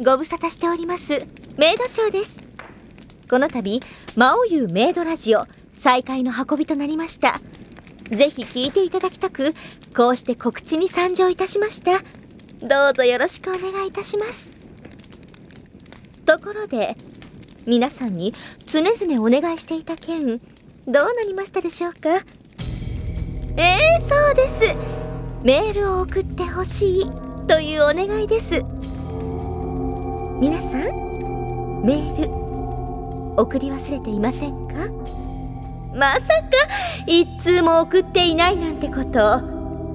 ご無沙汰しておりますメイド長ですこの度魔王優メイドラジオ再開の運びとなりましたぜひ聞いていただきたくこうして告知に参上いたしましたどうぞよろしくお願いいたしますところで皆さんに常々お願いしていた件どうなりましたでしょうかえー、そうですメールを送ってほしいというお願いです皆さんメール送り忘れていませんかまさか一通も送っていないなんてこと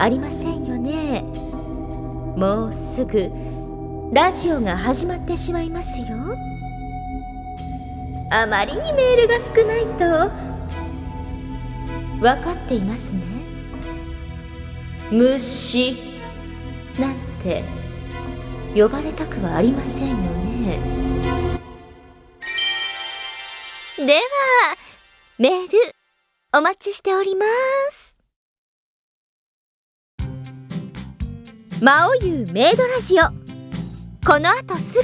ありませんよねもうすぐラジオが始まってしまいますよあまりにメールが少ないと分かっていますね虫なんて呼ばれたくはありませんよねではメールお待ちしております魔王優メイドラジオこの後すぐ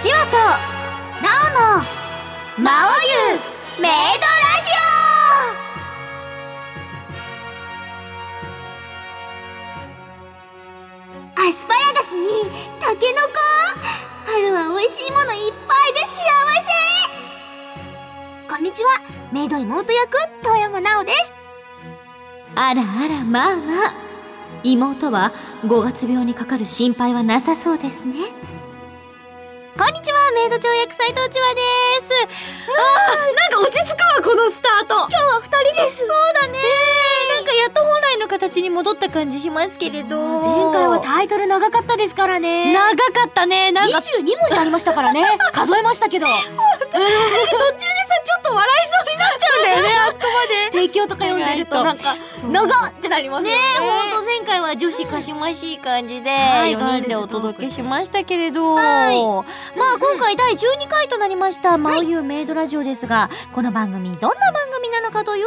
チワとナオの魔王湯メイドラジオアスパラガスにタケノコ春は美味しいものいっぱいで幸せこんにちはメイド妹役遠山奈緒ですあらあらまあまあ妹は五月病にかかる心配はなさそうですねこんにちはメイド長役斎藤千和ですなんか落ち着くわこのスタート今日は二人ですそうだねなんかやっと本来の形に戻った感じしますけれど前回はタイトル長かったですからね長かったねなんか22文字ありましたか らね数えましたけど途中でさちょっと笑いそうになっちゃうんだよねあそこまで提供とか読んでるとなんかそう長っってなりますよねえほんと前回は女子かしましい感じではい4人でお届けしましたけれど、はいまあ今回第12回となりました「まおゆうメイドラジオ」ですがこの番組どんな番組なのかという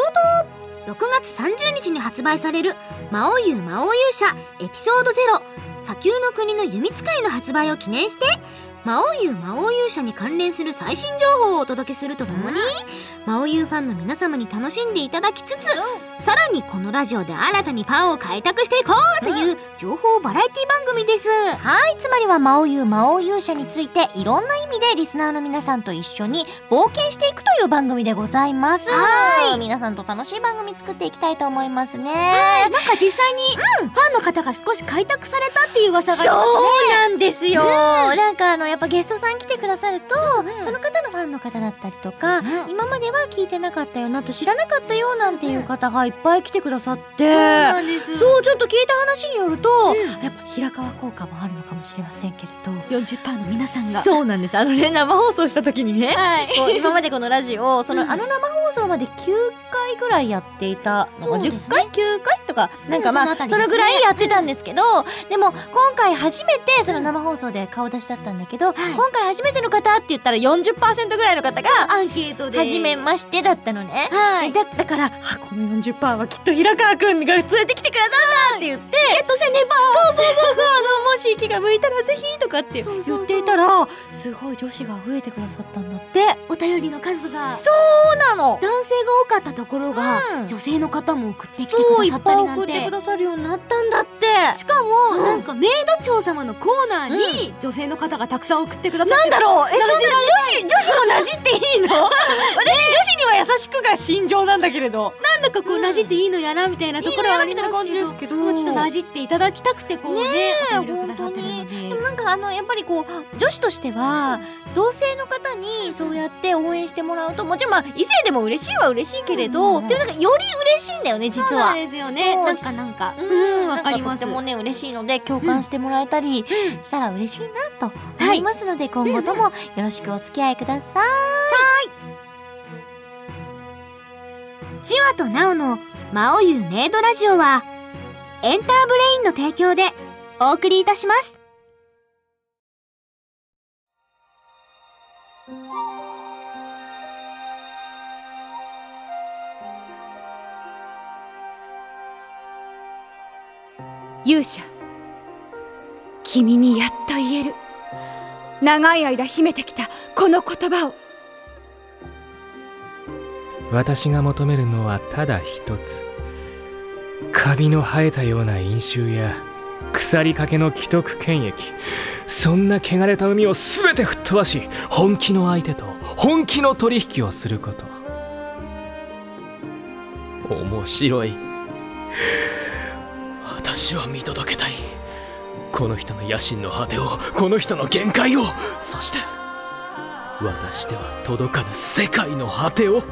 6月30日に発売される「魔王優魔王勇者エピソードゼロ砂丘の国の弓使い」の発売を記念して魔王優魔王勇者に関連する最新情報をお届けするとともに魔王優ファンの皆様に楽しんでいただきつつさらにこのラジオで新たにファンを開拓していこうという情報バラエティ番組です。はい、つまりは魔王優魔王勇者についていろんな意味でリスナーの皆さんと一緒に冒険していくという番組でございます。はい。皆さんと楽しい番組作っていきたいと思いますね。なんか実際にファンの方が少し開拓されたっていう噂がありますねそうなんですよ、なんかあのやっぱゲストさん来てくださると、んその方のファンの方だったりとか、うん今までは聞いてなかったよなと知らなかったよなんていう方がいっぱい来てくださって、そうなんですそうちょっと聞いた話によると、うんやっぱ平川効果もあるのかもしれませんけれど40%の皆さんがそうなんですあのね生放送した時にねはい こう今までこのラジオその、うんあの生放送まで9回ぐらいやっていたのが、そうです10ね回9回とかなんかまあ、うんそのあたりでそのすねぐらいやってたんですけど、でも今回初めてその生放送で顔出しだったんだけど、今回初めての方って言ったら40%ぐらいの方がアンケート「で初めまして」だったのね。はいだだからあこの40%はきっと平川君が連れてきてくれたんだって言ってゲットせねそうそうそうそうあのもし息が向いたらぜひとかってそう言そうそうっていたらすごい女子が増えてくださったんだってばお便りの数がそうなの男性が多かったところが、うん女性の方も送ってきてそうくいだっさったぱいりな送んっててくださるようになったんだってしかも、うんなんかメイド長様のコーナーに、女性の方がたくさん送ってくださっなんだろうえそんななんか知ら女子女子もなじっていいの私女 子には優しくが心情なんだけれどたなんかこう、うんなじっていいのやらみたいなところはありますいいのやけどらみたいな感じですけどもうちょっとなじっていただきたくてこうねお便りをくださってるのででもなんかあのやっぱりこう女子としては同性の方にそうやって応援してもらうともちろんまあ異性でも嬉しいは嬉しいけれうんうんど、うんでもなんかより嬉しいんだよね実そうはなんですよねそうなんかなんかうんうん、わかりまなすんとてもね嬉しいので共感してもらえたりしたら嬉しいなと思いますので、今後ともよろしくお付き合いください。チワとナオの魔王湯メイドラジオはエンターブレインの提供でお送りいたします勇者君にやっと言える長い間秘めてきたこの言葉を私が求めるのはただ一つカビの生えたような飲酒や腐りかけの既得権益そんな汚れた海を全て吹っ飛ばし本気の相手と本気の取引をすること面白い私は見届けたいこの人の野心の果てをこの人の限界をそして私では届かぬ世界の果てを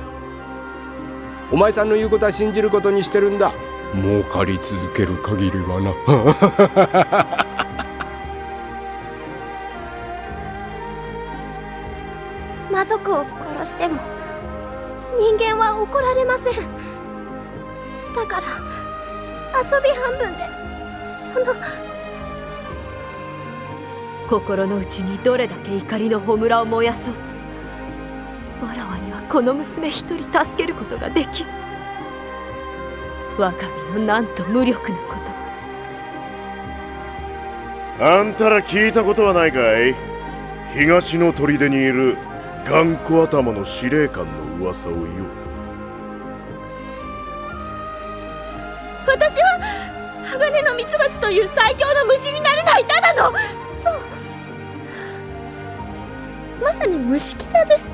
お前さんの言うことは信じることにしてるんだ儲かり続ける限りはな魔族を殺しても人間は怒られませんだから遊び半分でその心の内にどれだけ怒りの炎を燃やそうとわらわにはこの娘一人助けることができん我が身のなんと無力なことあんたら聞いたことはないかい東の砦にいる頑固頭の司令官の噂をよ私は鋼のミツバチという最強の虫になれないただのそうまさに虫キャラです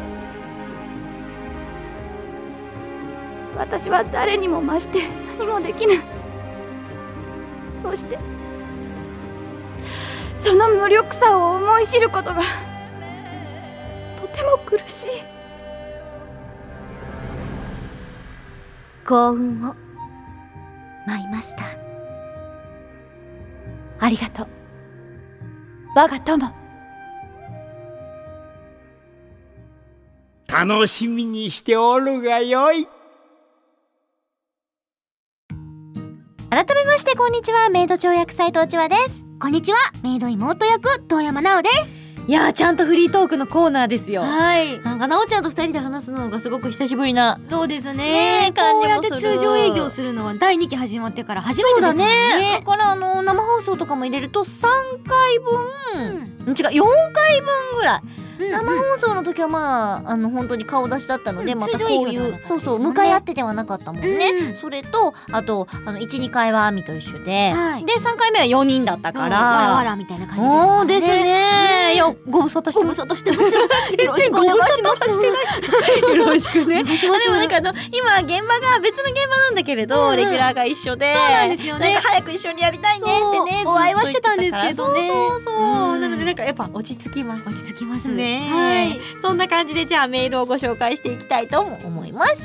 私は誰にも増して何もできぬそしてその無力さを思い知ることがとても苦しい幸運をマイマスターありがとう我が友楽しみにしておるがよい改めましてこんにちはメイド長役斉藤千和ですこんにちはメイド妹役遠山奈緒ですいやーちゃんとフリートークのコーナーですよはいなんかなおちゃんと二人で話すのがすごく久しぶりなそうですねねえ感じもするこうやって通常営業するのは第2期始まってから初めそてうでだすもんねだねからあの生放送とかも入れると3回分、違う4回分ぐらい生放送の時はまああの本当に顔出しだったので、うんまた通常こう営い業ではなかったう、ですもんねそうそう向かい合ってではなかったもんね、うんうんそれとあとあの12回はみと一緒で、はいで3回目は4人だったわからわら。らみたいな感じですおーですね。いや、ご無沙汰してごま無す。沙汰してます よろしくお願いしますよろしくね。しあでもなんかあの今現場が別の現場なんだけれど、うんうんレギュラーが一緒で、そうなんですよねなんか早く一緒にやりたいねってね、そうお会いはしてたんですけどねずっと言ってたからそうそうそう。うんなのでなんかやっぱ落ち着きます。落ち着きますねはえいそんな感じでじゃあメールをご紹介していきたいとも思います。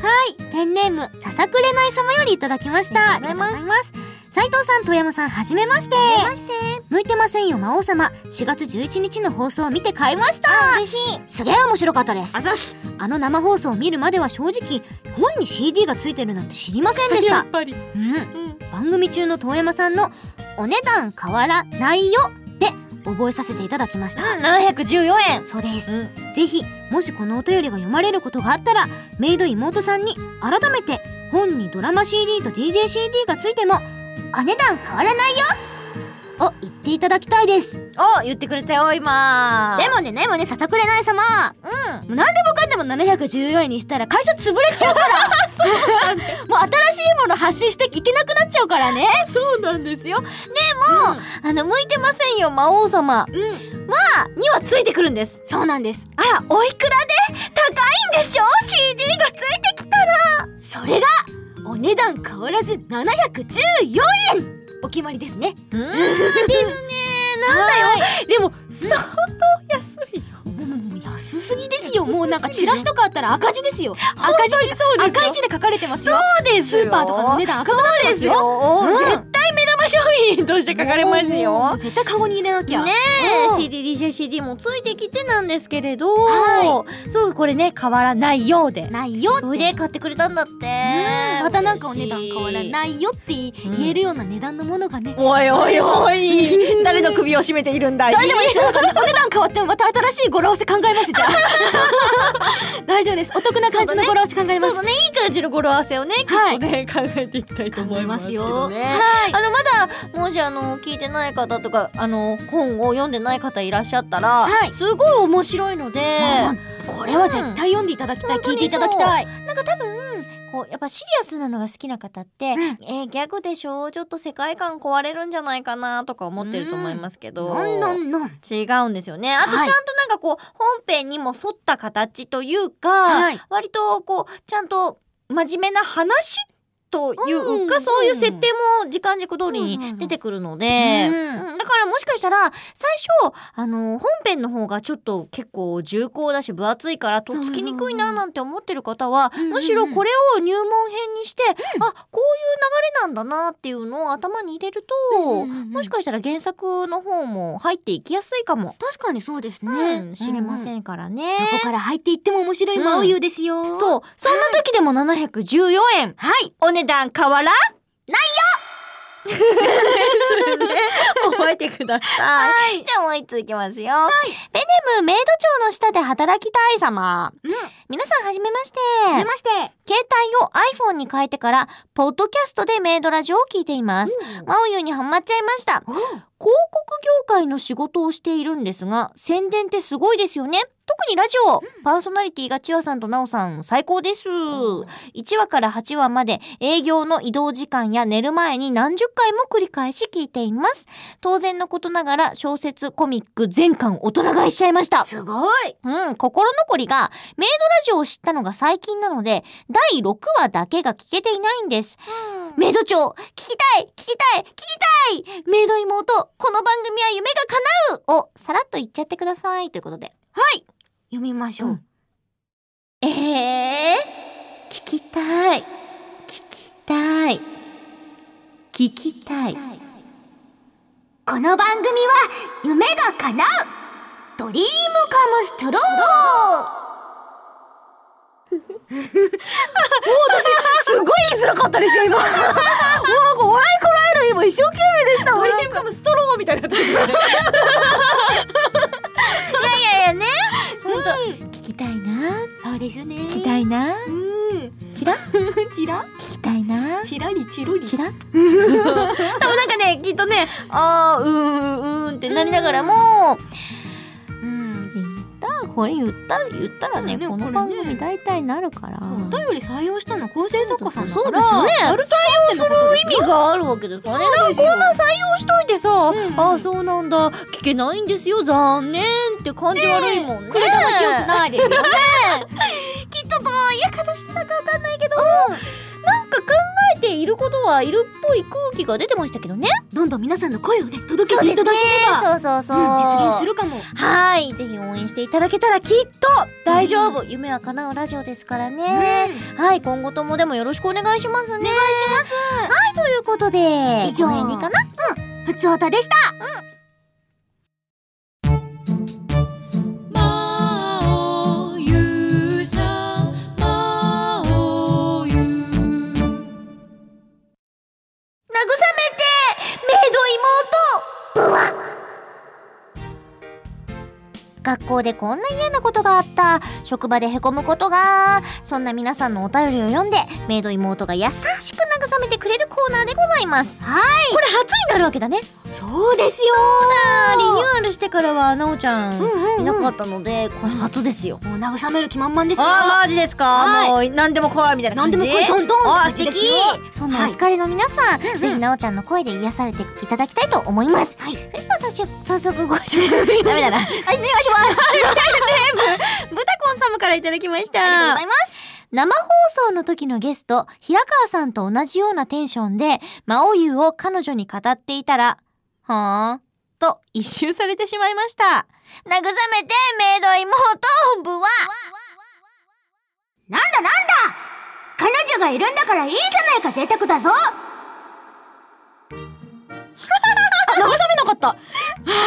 ペンネームささくれない様よりいただきましたありがとうございますありがとうございます斉藤さん富山さんはじめましてはじめまして向いてませんよ魔王様4月11日の放送を見て買いました嬉しいすげえ面白かったですあの生放送を見るまでは正直本に CD がついてるなんて知りませんでしやたっぱり。うん、番組中の遠山さんの「お値段変わらないよ」で覚えさせていただきました、 714円。そうです、うんぜひもしこのお便りが読まれることがあったらメイド妹さんに改めて本にドラマ CD と DJCD がついても「お値段変わらないよ」を言っていただきたいですでお言ってくれたよ今。もねでもねささくれない様うん何でもかんでも714円にしたら会社潰れちゃうから もう新しいもの発信していけなくなっちゃうからねそうなんですよ。でも、あの向いてませんよ魔王様。まあにはついてくるんです。そうなんですあらおいくらで高いんでしょ CD がついてきたら。それがお値段変わらず714円お決まりですねうんですね。なんだよ。でも相当安い。もうもうもう安すぎですよもうなんかチラシとかあったら赤字ですよ赤字本当にそうですよ赤い字で書かれてますよそうですよスーパーとかの値段赤くなってますよそうですうんよ絶対目玉商品として書かれますもよう。絶対カゴに入れなきゃねうえん CDDJCD もついてきてなんですけれど、はそうこれね変わらないようでないよってそれで買ってくれたんだって、うんまたなんかお値段変わらないよってい言えるような値段のものがね、おいおいお い誰の首を絞めているんだい大丈夫ですお値段変わってもまた新しい語呂合わせ考えますじゃ あ大丈夫ですお得な感じの語呂合わせ考えますそうねいい感じの語呂合わせをね、はい、ね考えていきたいと思いますけどねはいあのまだもしあの聞いてない方とかあの本を読んでない方いらっしゃったら、はい、すごい面白いので、まあまあ、これは絶対読んでいただきたい、うん、聞いていただきたいなんか多分こうやっぱシリアスなのが好きな方って、うん、えー、ギャグでしょちょっと世界観壊れるんじゃないかなとか思ってると思いますけど、うん、なんなん違うんですよねあとちゃんとなんかこう、はい、本編にも沿った形というか、はい、割とこうちゃんと真面目な話というか、うん、そういう設定も時間軸通りに出てくるので、うん、だからもしかしたら最初あの本編の方がちょっと結構重厚だし分厚いからとっつきにくいななんて思ってる方は、うん、むしろこれを入門編にして、あこういう流れなんだなっていうのを頭に入れると、もしかしたら原作の方も入っていきやすいかも確かにそうですね、知れませんからね、どこから入っていっても面白い魔王湯ですよ、そうそんな時でも714円はいお値段変わらないよ 覚えてください。はい、じゃあもう一通いきますよ。はい、ベネムメイド長の下で働きたい様。うん、皆さんはじめまして。はじめまして。携帯を iPhone に変えてから、ポッドキャストでメイドラジオを聞いています。うん、マオユにハマっちゃいました。うん、広告業界の仕事をしているんですが、宣伝ってすごいですよね。特にラジオ、うん、パーソナリティが千和さんと奈緒さん最高です、うん、1話から8話まで営業の移動時間や寝る前に何十回も繰り返し聞いています当然のことながら小説コミック全巻大人買いしちゃいましたすごいうん心残りがメイドラジオを知ったのが最近なので第6話だけが聞けていないんです、うん、メイド長聞きたい聞きたい聞きたいメイド妹この番組は夢が叶うをさらっと言っちゃってくださいということではい読みましょう、うん、ええー、聞きたい聞きたい聞きたいこの番組は夢が叶うドリームカムストローもう私すごい言いづらかったですよ今もうなんか笑いこらえる今一生懸命でしたドリームカムストローみたいないやいやね本当、うん、聞きたいなそうですね聞きたいなうんチラチラ聞きたいなチラリチロリチラ多分なんかねきっとねあーうーんうんってなりながらもうん言ったこれ言った言ったらね、ね、この番組大体なるから、ね、お便り採用したのは構成作家さんだからそうですよね採用する意味があるわけですよねだからこんな採用しといてさ、うん、ああそうなんだ聞けないんですよ残念って感じ悪いもんね。これ楽しよくないですよね。 きっとどういう形なのかわかんないけど、うん、なんか考えていることはいるっぽい空気が出てましたけどね。どんどん皆さんの声をね届けていただければ、、そう,、そうそう、うん実現するかも。はい、ぜひ応援していただけたらきっと大丈夫。うん、夢は叶うラジオですからね、はい、今後ともでもよろしくお願いしますね。お願いします。はい、ということで、以上にかな。うん、ふつおたでした。うん。学校でこんな嫌なことがあった、職場でへこむことが、そんな皆さんのお便りを読んで、メイド妹が優しく慰めてくれるコーナーでございます。はい。これ初になるわけだね。そうですよリニューアルしてからは、なおちゃん、いなかったので、これ初ですよ。もう慰める気満々ですあ、マジですか、はい、もう、何でも来いみたいな何でも来い、トントンあ、素敵そんなお疲れの皆さん、はい、ぜひなおちゃんの声で癒されていただきたいと思います。はい。それでは早速ご紹介。 ダメだな。はい、お願いします。ます。 ブタコン様からいただきました。ありがとうございます。生放送の時のゲスト、平川さんと同じようなテンションで、魔王優を彼女に語っていたら、はぁと一周されてしまいました。慰めて、メイド妹、ブワなんだなんだ彼女がいるんだからいいじゃないか贅沢だぞ慰めなかったあ、慰めなかった慰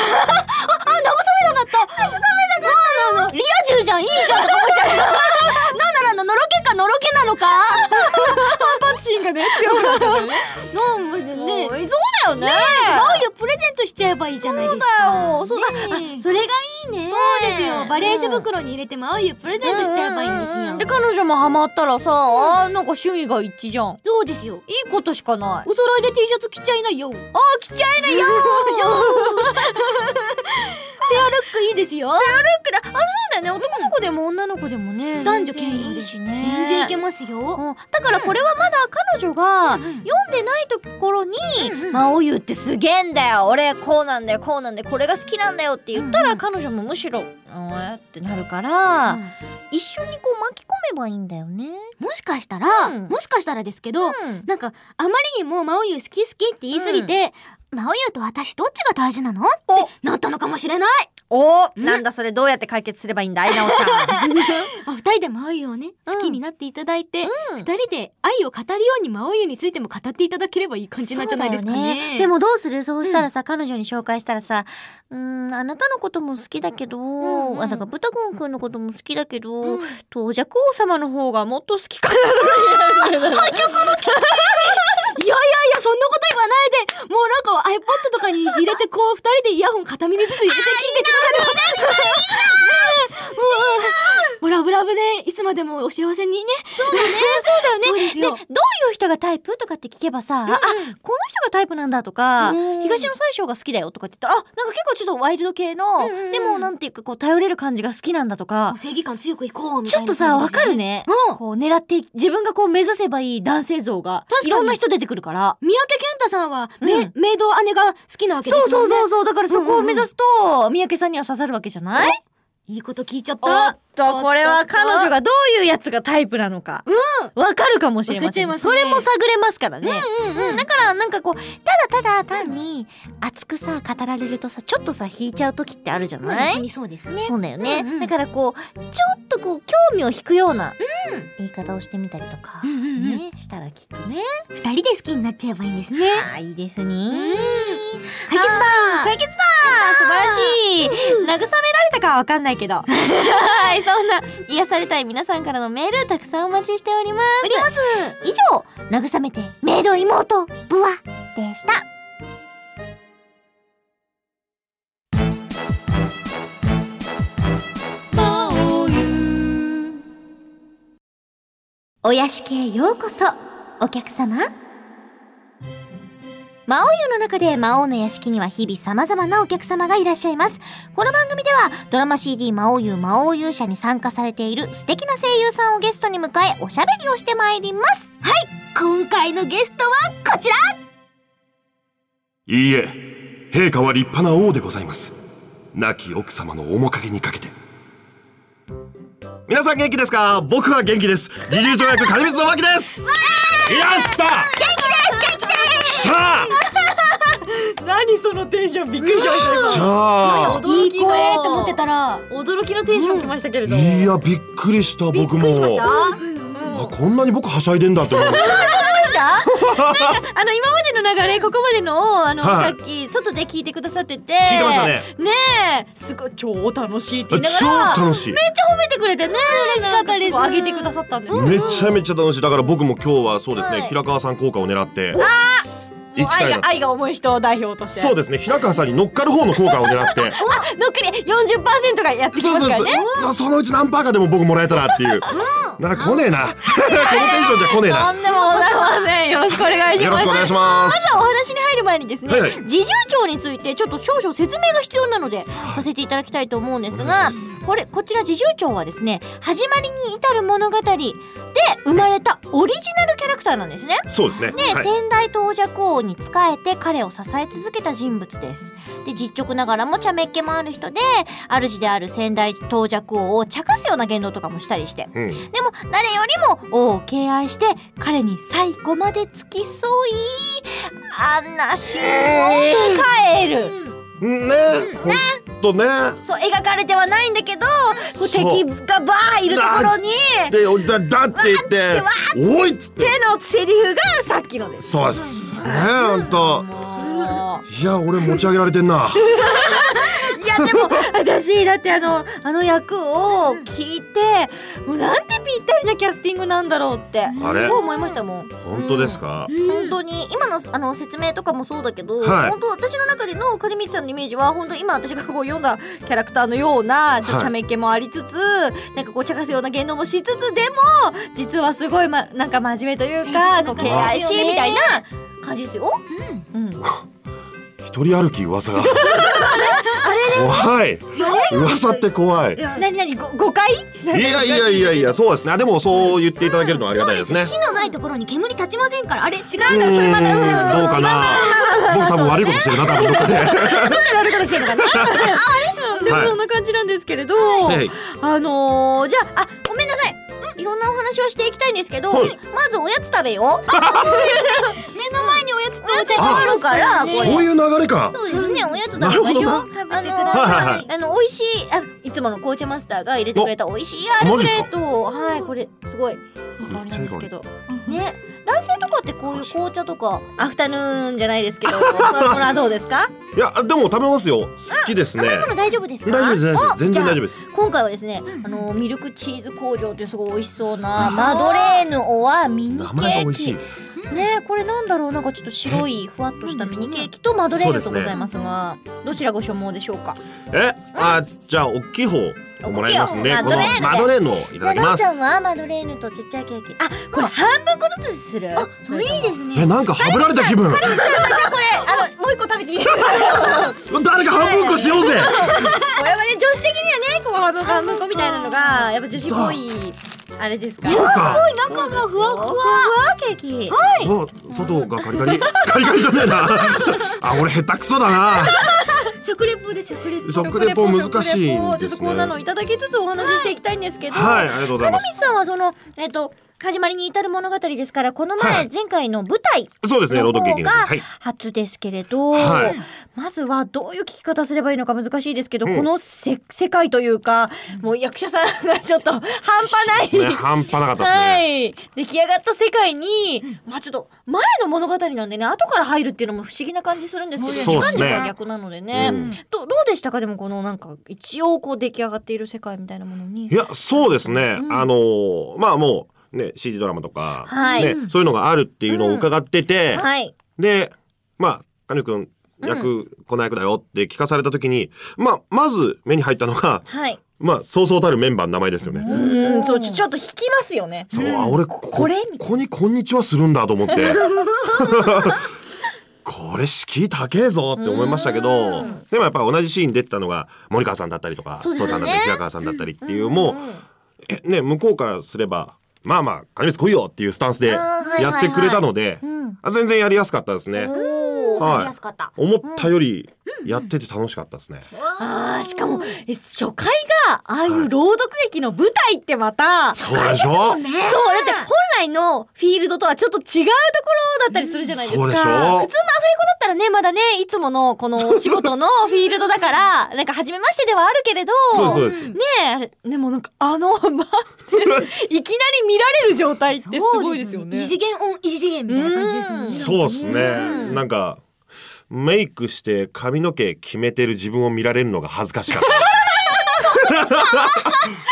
めなかったリア充じゃんいい じゃんとか思っちゃうなんだなんだのろけかのろけなのか反発心 ねマオユプレゼントしちゃえばいいじゃないですかそうだよそうだ、あそれがいいねそうですよバレーショ袋に入れてマオユプレゼントしちゃえばいいんですよ、で彼女もハマったらさ、あーなんか趣味が一致じゃんそうですよいいことしかないお揃いで T シャツ着ちゃいないよあー着ちゃい ないよペアルックいいですよペアルックだあそうだよね男の子でも女の子でもね、男女兼用ですね全然いけますよ、うんだからこれはまだ彼女が読んでないところに「まあおゆってすげえんだよ俺こうなんだよこうなんだよこれが好きなんだよ」って言ったら彼女もむしろ「おえ?」ってなるから、一緒にこう巻き込めばいいんだよね。もしかしたら、もしかしたらですけど、なんかあまりにもマオユ好き好きって言いすぎて、マオユと私どっちが大事なのってなったのかもしれないおーなんだそれどうやって解決すればいいんだいなおちゃ んお二人でマオユをね好きになっていただいて、二人で愛を語るようにマオユについても語っていただければいい感じなんじゃないですかそうだねよでもどうするそうしたらさ、彼女に紹介したらさ「うーんあなたのことも好きだけど、あだからブタゴンくんのことも好きだけど、到着王様の方がもっと好きかな」とか言破局のいやいやいや、そんなこと言わないで、もうなんか iPod とかに入れて、こう、二人でイヤホン片耳ずつ入れて聞いてください。ねえもう、もうラブラブで、いつまでもお幸せにね。そうだね、そう だよねですよ。どういう人がタイプとかって聞けばさ、あ、この人がタイプなんだとか、東野最小が好きだよとかって言ったら、あ、なんか結構ちょっとワイルド系の、でもなんていうかこう頼れる感じが好きなんだとか、正義感強くいこうみちたょいっとな感じですねさ、わかるね。こう狙ってい、自分がこう目指せばいい男性像が、確かにいろんな人出てくるから。三宅健太さんは、めうんメイド姉が好きなわけですそもんうね。そうそうそう、だからそこを目指す。すと、三宅さんには刺さるわけじゃないいいこと聞いちゃっおた。っと、これは彼女がどういうやつがタイプなのか。うん。わかるかもしれません。わかっちゃいますそれねも探れますからね。うんうんうんだから、なんかこう、ただただ単に、熱くさ、語られるとさ、ちょっとさ、引いちゃう時ってあるじゃない、うんそうですね。そうだよね、うんうんだからこう、ちょっとこう、興味を引くような、言い方をしてみたりとか、ね、したらきっとね。二人で好きになっちゃえばいいんですね。あ、いいですね。解決だ解決だ素晴らしい慰められたかは分かんないけど はいそんな癒されたい皆さんからのメールたくさんお待ちしております以上慰めてメイド妹ブワでしたお屋敷へようこそお客様魔王湯の中で魔王の屋敷には日々様々なお客様がいらっしゃいます。この番組ではドラマ CD 魔王湯魔王勇者に参加されている素敵な声優さんをゲストに迎えおしゃべりをしてまいります。はい、今回のゲストはこちらいいえ、陛下は立派な王でございます。亡き奥様の面影にかけて。皆さん元気ですか僕は元気です。自重条約金光の脇ですよし来た元気です元気ですさ何そのテンションびっくりしました今じゃあいい声って思ってたら驚きのテンションきましたけれど、いや、びっくりした、僕も。あ、こんなに僕はしゃいでんだって思いました。なんかあの今までの流れここまでのあの、はさいっき外で聞いてくださってて聞いてましたねねえすごい超楽しいって言いながら超楽しいめっちゃ褒めてくれてね嬉しかったです上げてくださったんです、めちゃめちゃ楽しい。だから僕も今日はそうですはね、い平川さん効果を狙って、あー行もうきた愛いがな。愛が重い人を代表としてそうですね、平川さんに乗っかる方の効果を狙 って。あのっくり40%がやってきますからねそうそのうち何パーかでも僕もらえたらっていう。な来ねえ な。このテンションじゃ来ねえとな。んでもございませんよろしくお願いしますよろしくお願いしますずはお話に入る前にですね、はいはい侍従長についてちょっと少々説明が必要なのでさせていただきたいと思うんですがこれこちら侍従長はですね始まりに至る物語で生まれたオリジナルキャラクターなんですねそうですねね、はい先代到着王に仕えて彼を支え続けた人物ですで実直ながらも茶目っ気もある人で主である先代到着王を茶化すような言動とかもしたりして、うんでも誰よりも王を敬愛して彼に最後まで付き添いあんなシーンを帰る、ねほんとね。そう描かれてはないんだけどこうそう敵がバーいるところにで、おだ、だって言ってわーっ、おいっつって。手のセリフがさっきのですそ うです。ねえ、ほんと。いや、俺持ち上げられてんな。いややでも私だってあのあの役を聞いて、もうなんてぴったりなキャスティングなんだろうってあれすごい思いましたもん。本当ですか、本当に今のあの説明とかもそうだけど、はい本当私の中での金光さんのイメージは本当今私がこう読んだキャラクターのようなちょっはとい茶目っ気もありつつ、なんかこう茶化すような言動もしつつでも実はすごい、ま、なんか真面目というかこう敬愛しいみたいな感じですよ。一人歩き噂があ怖れい噂って怖いい何何ご誤解？いいやいやいやいやそうですねあでもそう言っていただけるのはありがたいですね、火のないところに煙立ちませんからあれ違ううなそれまだーんちょどうっとか違な僕多分悪いことしてるな多分どっかでどっかであるかもしれないかな。あれでもはいそんな感じなんですけれど、はいあのー、じゃああごめんなさい。うんいろんなお話をしていきたいんですけど、はいまずおやつ食べ よう。 目の前におやつとお茶があるから、あそういう流れかそうですね、おやつ食べなるほどなよう。あのーはいはいあの美味しいあいつもの紅茶マスターが入れてくれた美味しいアールグレート、はいこれすごいいい香りなんですけど、ね。男性とかってこういう紅茶とかアフタヌーンじゃないですけど、これはどうですか？いやでも食べますよ好きですね甘いもの大丈夫ですか大丈夫です大丈夫ですお全然じゃあ大丈夫です今回はですね、あのミルクチーズ工場というすごい美味しそうなマドレーヌオはミニケ名前が美ー味しキいねこれなんだろうなんかちょっと白いふわっとしたミニケーキとマドレーヌとそうごですねざいますがどちらご所望でしょうかえあじゃあ大きい方をもらいますんで大こきいの方ママドドレーレーヌヌでをいただきまじすゃあロンちゃんはマドレーヌとちっちゃいケーキあこれ半分個ずつするあそれいいですねえなんかハブられた気分じゃあこれあのもう一個食べていいですか誰か半分こしようぜこれはね女子的にはねこう半分こ半分こみたいなのがやっぱ女子っぽいあれですからそうかあすごい中がふわふわふわケーキお外がカリカリカリカリじゃねえなあ俺下手くそだな食レポで食レポ食レポ難しいんですね食レポちょっとこんなのいただきつつお話ししていきたいんですけどはいはいありがとうございます花道さんはそのえっと始まりに至る物語ですからこの前、前回の舞台そうですねの朗方読劇がのはい初ですけれど、はいまずはどういう聞き方すればいいのか難しいですけど、うんこのせ世界というかもう役者さんがちょっと半端ない、ね半端なかったですねはい、出来上がった世界に、まあちょっと前の物語なんでね後から入るっていうのも不思議な感じするんですけど、時そうで間すね軸が逆なのでね、うんどどうでしたかでもこのなんか一応こう出来上がっている世界みたいなものにいやそうですね、うんあのーまあもうね CD ドラマとか、はいねそういうのがあるっていうのを伺ってて、はいでまあカヌくん役、この役だよって聞かされた時にまあまず目に入ったのがはいまあそうそうたるメンバーの名前ですよね。うんそうちょちょっと引きますよねそうあ俺ここれここに「こんにちは」するんだと思って これ敷居高えぞって思いましたけどでもやっぱ同じシーン出てたのが森川さんだったりとかそうですよね父さんだったり平川さんだったりっていうもうえね向こうからすればまあまあ金光来いよっていうスタンスであーはいやってくれたのであ全然やりやすかったですね。おーわかはいりやすかった思ったよりやってて楽しかったですね。あーしかもえ初回がああいう朗読劇の舞台ってまたそうでしそょうだって本来のフィールドとはちょっと違うところだったりするじゃないですかそう普で通しょのアフレコだったらねまだねいつものこの仕事のフィールドだからなんか初めましてではあるけれどそうですそうねですえあれでもなんかあのまい きなり見られる状態ってすごいですよね異次元オン異次元みたいな感じですもんねそうですね。なんかメイクして髪の毛決めてる自分を見られるのが恥ずかしかった。 い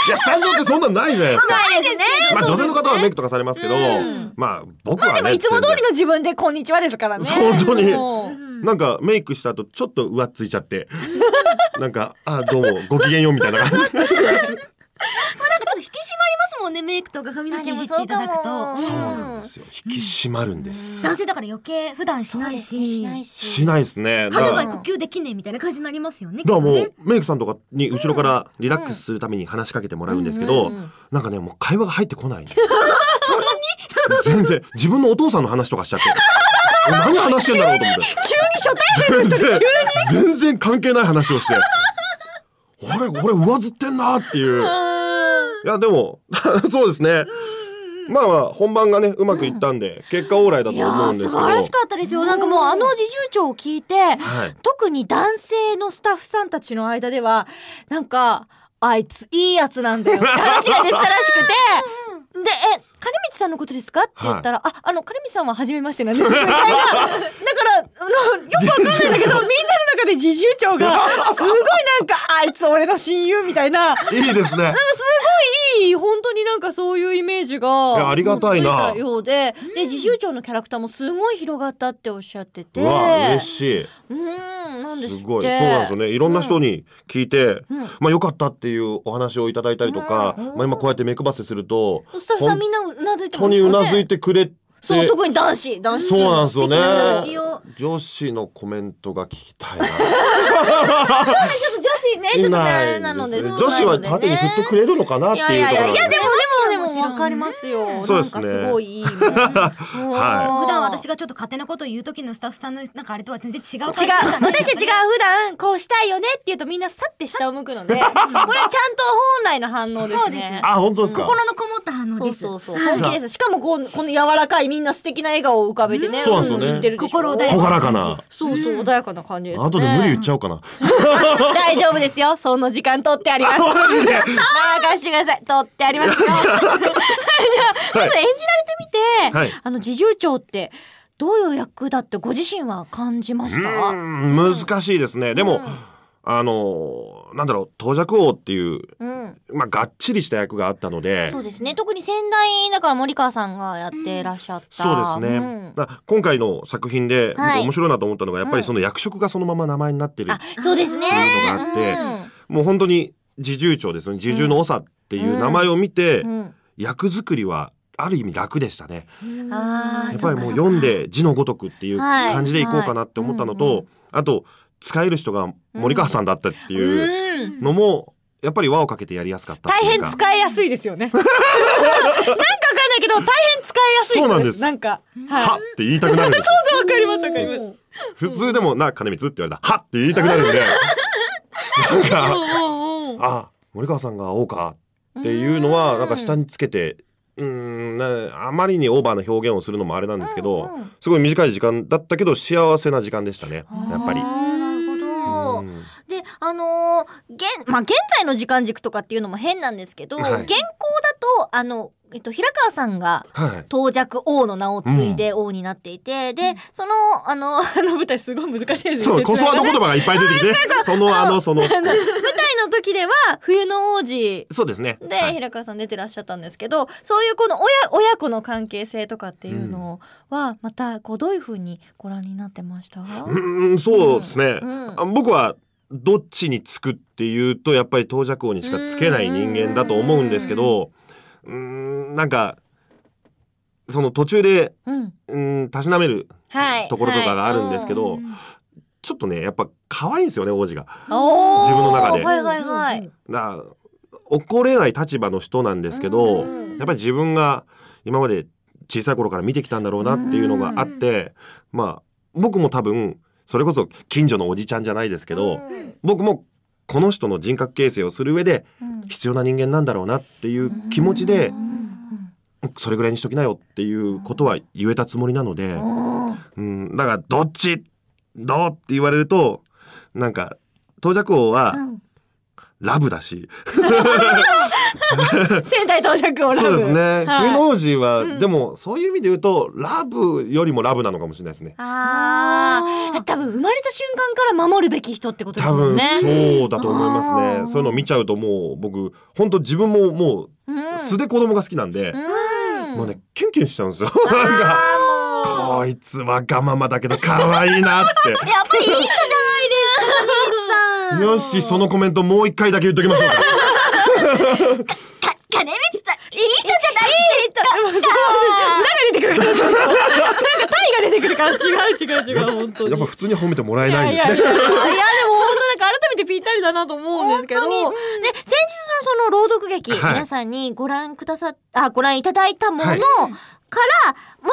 やスタジオってそんなんないじゃないですか。ないですねまあ女性の方はメイねクとかされますけど、うんまあ僕まあはでもね。いつも通りの自分でこんにちはですからね全然本当にもう。なんかメイクした後ちょっと上ついちゃって、 なんかあどうもごきげんようみたいな感じ。っと引き締まりますもんねメイクとか髪の毛いじっていただくとそうなんですよ。引き締まるんです。男性だから余計普段しないししないですね。だ肌かがら呼吸できねえみたいな感じになりますよねだからもきっとうねメイクさんとかに後ろからリラックスするために話しかけてもらうんですけうどんうんうんなんかねもう会話が入っ てこないの全然自分のお父さんの話とかしちゃって え何話してんだろうと思って急に初対面の全人然に全然関係ない話をしてあれ俺上ずってんなっていういやでも そうですねまあまあ本番がねうまくいったんで結果オーライだと思うんですけど素晴らしかったですよなんかもうあの自重長を聞いて、はい特に男性のスタッフさんたちの間 ではなんかあいついいやつなんだよって話が出てたらしくてで、え、金光さんのことですかって言ったら、あ、あの、金光さんは初めましてなん ですみたいな。だから、あのよくわかんないんだけど、みんなの中で自重長が、すごいなんか、あいつ俺の親友みたいな。いいですね なんかすごいいい、本当になんかそういうイメージいが。やありがたいなつたようで、で、自重長のキャラクターもすごい広がったっておっしゃってて。うわ嬉しいうん、なんですすってごいそうなんですよねいろんな人に聞いて、うんまあ良かったっていうお話をいただいたりとか、まあ今こうやって目配せするとスタッフさんみ本んなうなずいて当にうなずいててくれてそう特に男子男子そうなんですよね的なうなずきを女子のコメントが聞きたいなそうねちょっと女子ねちょっとねあれなのでいない女子は縦に振ってくれるのかなっていやいいうやいところやなんいですやでねもでもでもわかりますよそうなんですかねすごいいいは普段は私がちょっと勝手なことを言う時のスタッフさんのなんかあれとは全然違う違う私たちが普段こうしたいよねって言うとみんなさって下を向くの でこれはちゃんと本来の反応ですねそうですあ本当ですか心のこもった反応ですそうそうそう本気ですしかもこうこの柔らかいみんな素敵な笑顔を浮かべてねそうなんですよね言ってるでしょ心穏や朗らかなそうそう穏やかな感じですね後で無理言っちゃおうかな、 大丈夫ですよ。その時間取ってあります。あマジで任してください。取ってあ ります よ。じゃあ、まず演じられてみて、はいあの、自重長って、どういう役だってご自身は感じましたうーん難しいですねでも、あのなんだろう「到着王」っていう、うん。まあ、がっちりした役があったのでそうですね。特に先代だから森川さんがやってらっしゃった。そうですね、だ今回の作品ではい僕面白いなと思ったのがやっぱうんりその役職がそのまま名前になってるってうんそうですね。いうのがあって、もう本当に自重長ですよね自重の長っていう名前を見て、うん役作りはある意味楽でしたね。ああ、やっぱりもう読んで字のごとくっていうはい感じでいこうかなって思ったのと、あと使える人が森川さんだったっていうのもやっぱり輪をかけてやりやすかった大っていう変か使いやすいですよ ね。なんかわかんないけど、大変使いやすいそうなんですなんか、はっい。て言いたくなるん ですよそうそう、わかります、わかります。普通でも「な金光」って言われたら「はっ!」って言いたくなるんでなんか「あ森川さんが王か」っていうのはなんか下につけてうーんねあまりにオーバーな表現をするのもあれなんですけど、すごい短い時間だったけど幸せな時間でしたねやっぱり。そうであのー現まあ、現在の時間軸とかっていうのも変なんですけど、はい現行だとあの、えっと、平川さんがはい到着王の名を継いで王になっていて、でそのあの あの舞台すごい難しいですねそう、コスワード言葉がいっぱい出て きて、その、あの、その、あの舞台の時では冬の王子そうですね。で平川さん出てらっしゃったんですけど、そういうこの親親子の関係性とかっていうのはまたこうどういうふうにご覧になってました、うーん、そうですねうん。あ僕は、どっちにつくっていうと、やっぱり到着王にしかつけない人間だと思うんですけど、うーん、なんか、その途中で、うん、うん、たしなめるはいところとかがあるんですけど、ちょっとね、やっぱ可愛いんですよね、王子が。おー自分の中ではいはいはい。な怒れない立場の人なんですけど、やっぱり自分が今まで小さい頃から見てきたんだろうなっていうのがあって、まあ僕も多分それこそ近所のおじちゃんじゃないですけど、僕もこの人の人格形成をする上で必要な人間なんだろうなっていう気持ちで、それぐらいにしときなよっていうことは言えたつもりなので、うん、だからどっちどうって言われるとなんか到着王は、ラブだし。仙台到着をラブそうですね。はい冬の王子は、でも、そういう意味で言うと、ラブよりもラブなのかもしれないですね。ああ、多分生まれた瞬間から守るべき人ってことです多もん分、ね。そうだと思いますね。そういうのを見ちゃうと、もう、僕、本当自分も、もう、素で子供が好きなんで。もうね、キュンキュンしちゃうんですよ。なんか。こいつは我ママだけど、可愛いなっつって。やっぱりいい人じゃないですか、金光さん。よし、そのコメント、もう一回だけ言っときまし ょうか。金光さん、いい人じゃないですか。出てくる感じなんかタイが出てくるから違う違う違う本当にやっぱ普通に褒めてもらえないんですね。いやいや いやいやでも本当なんか改めてぴったりだなと思うんですけど、ね、先日のその朗読劇、はい皆さんにご覧くださっあご覧いただいたもの、はいからもう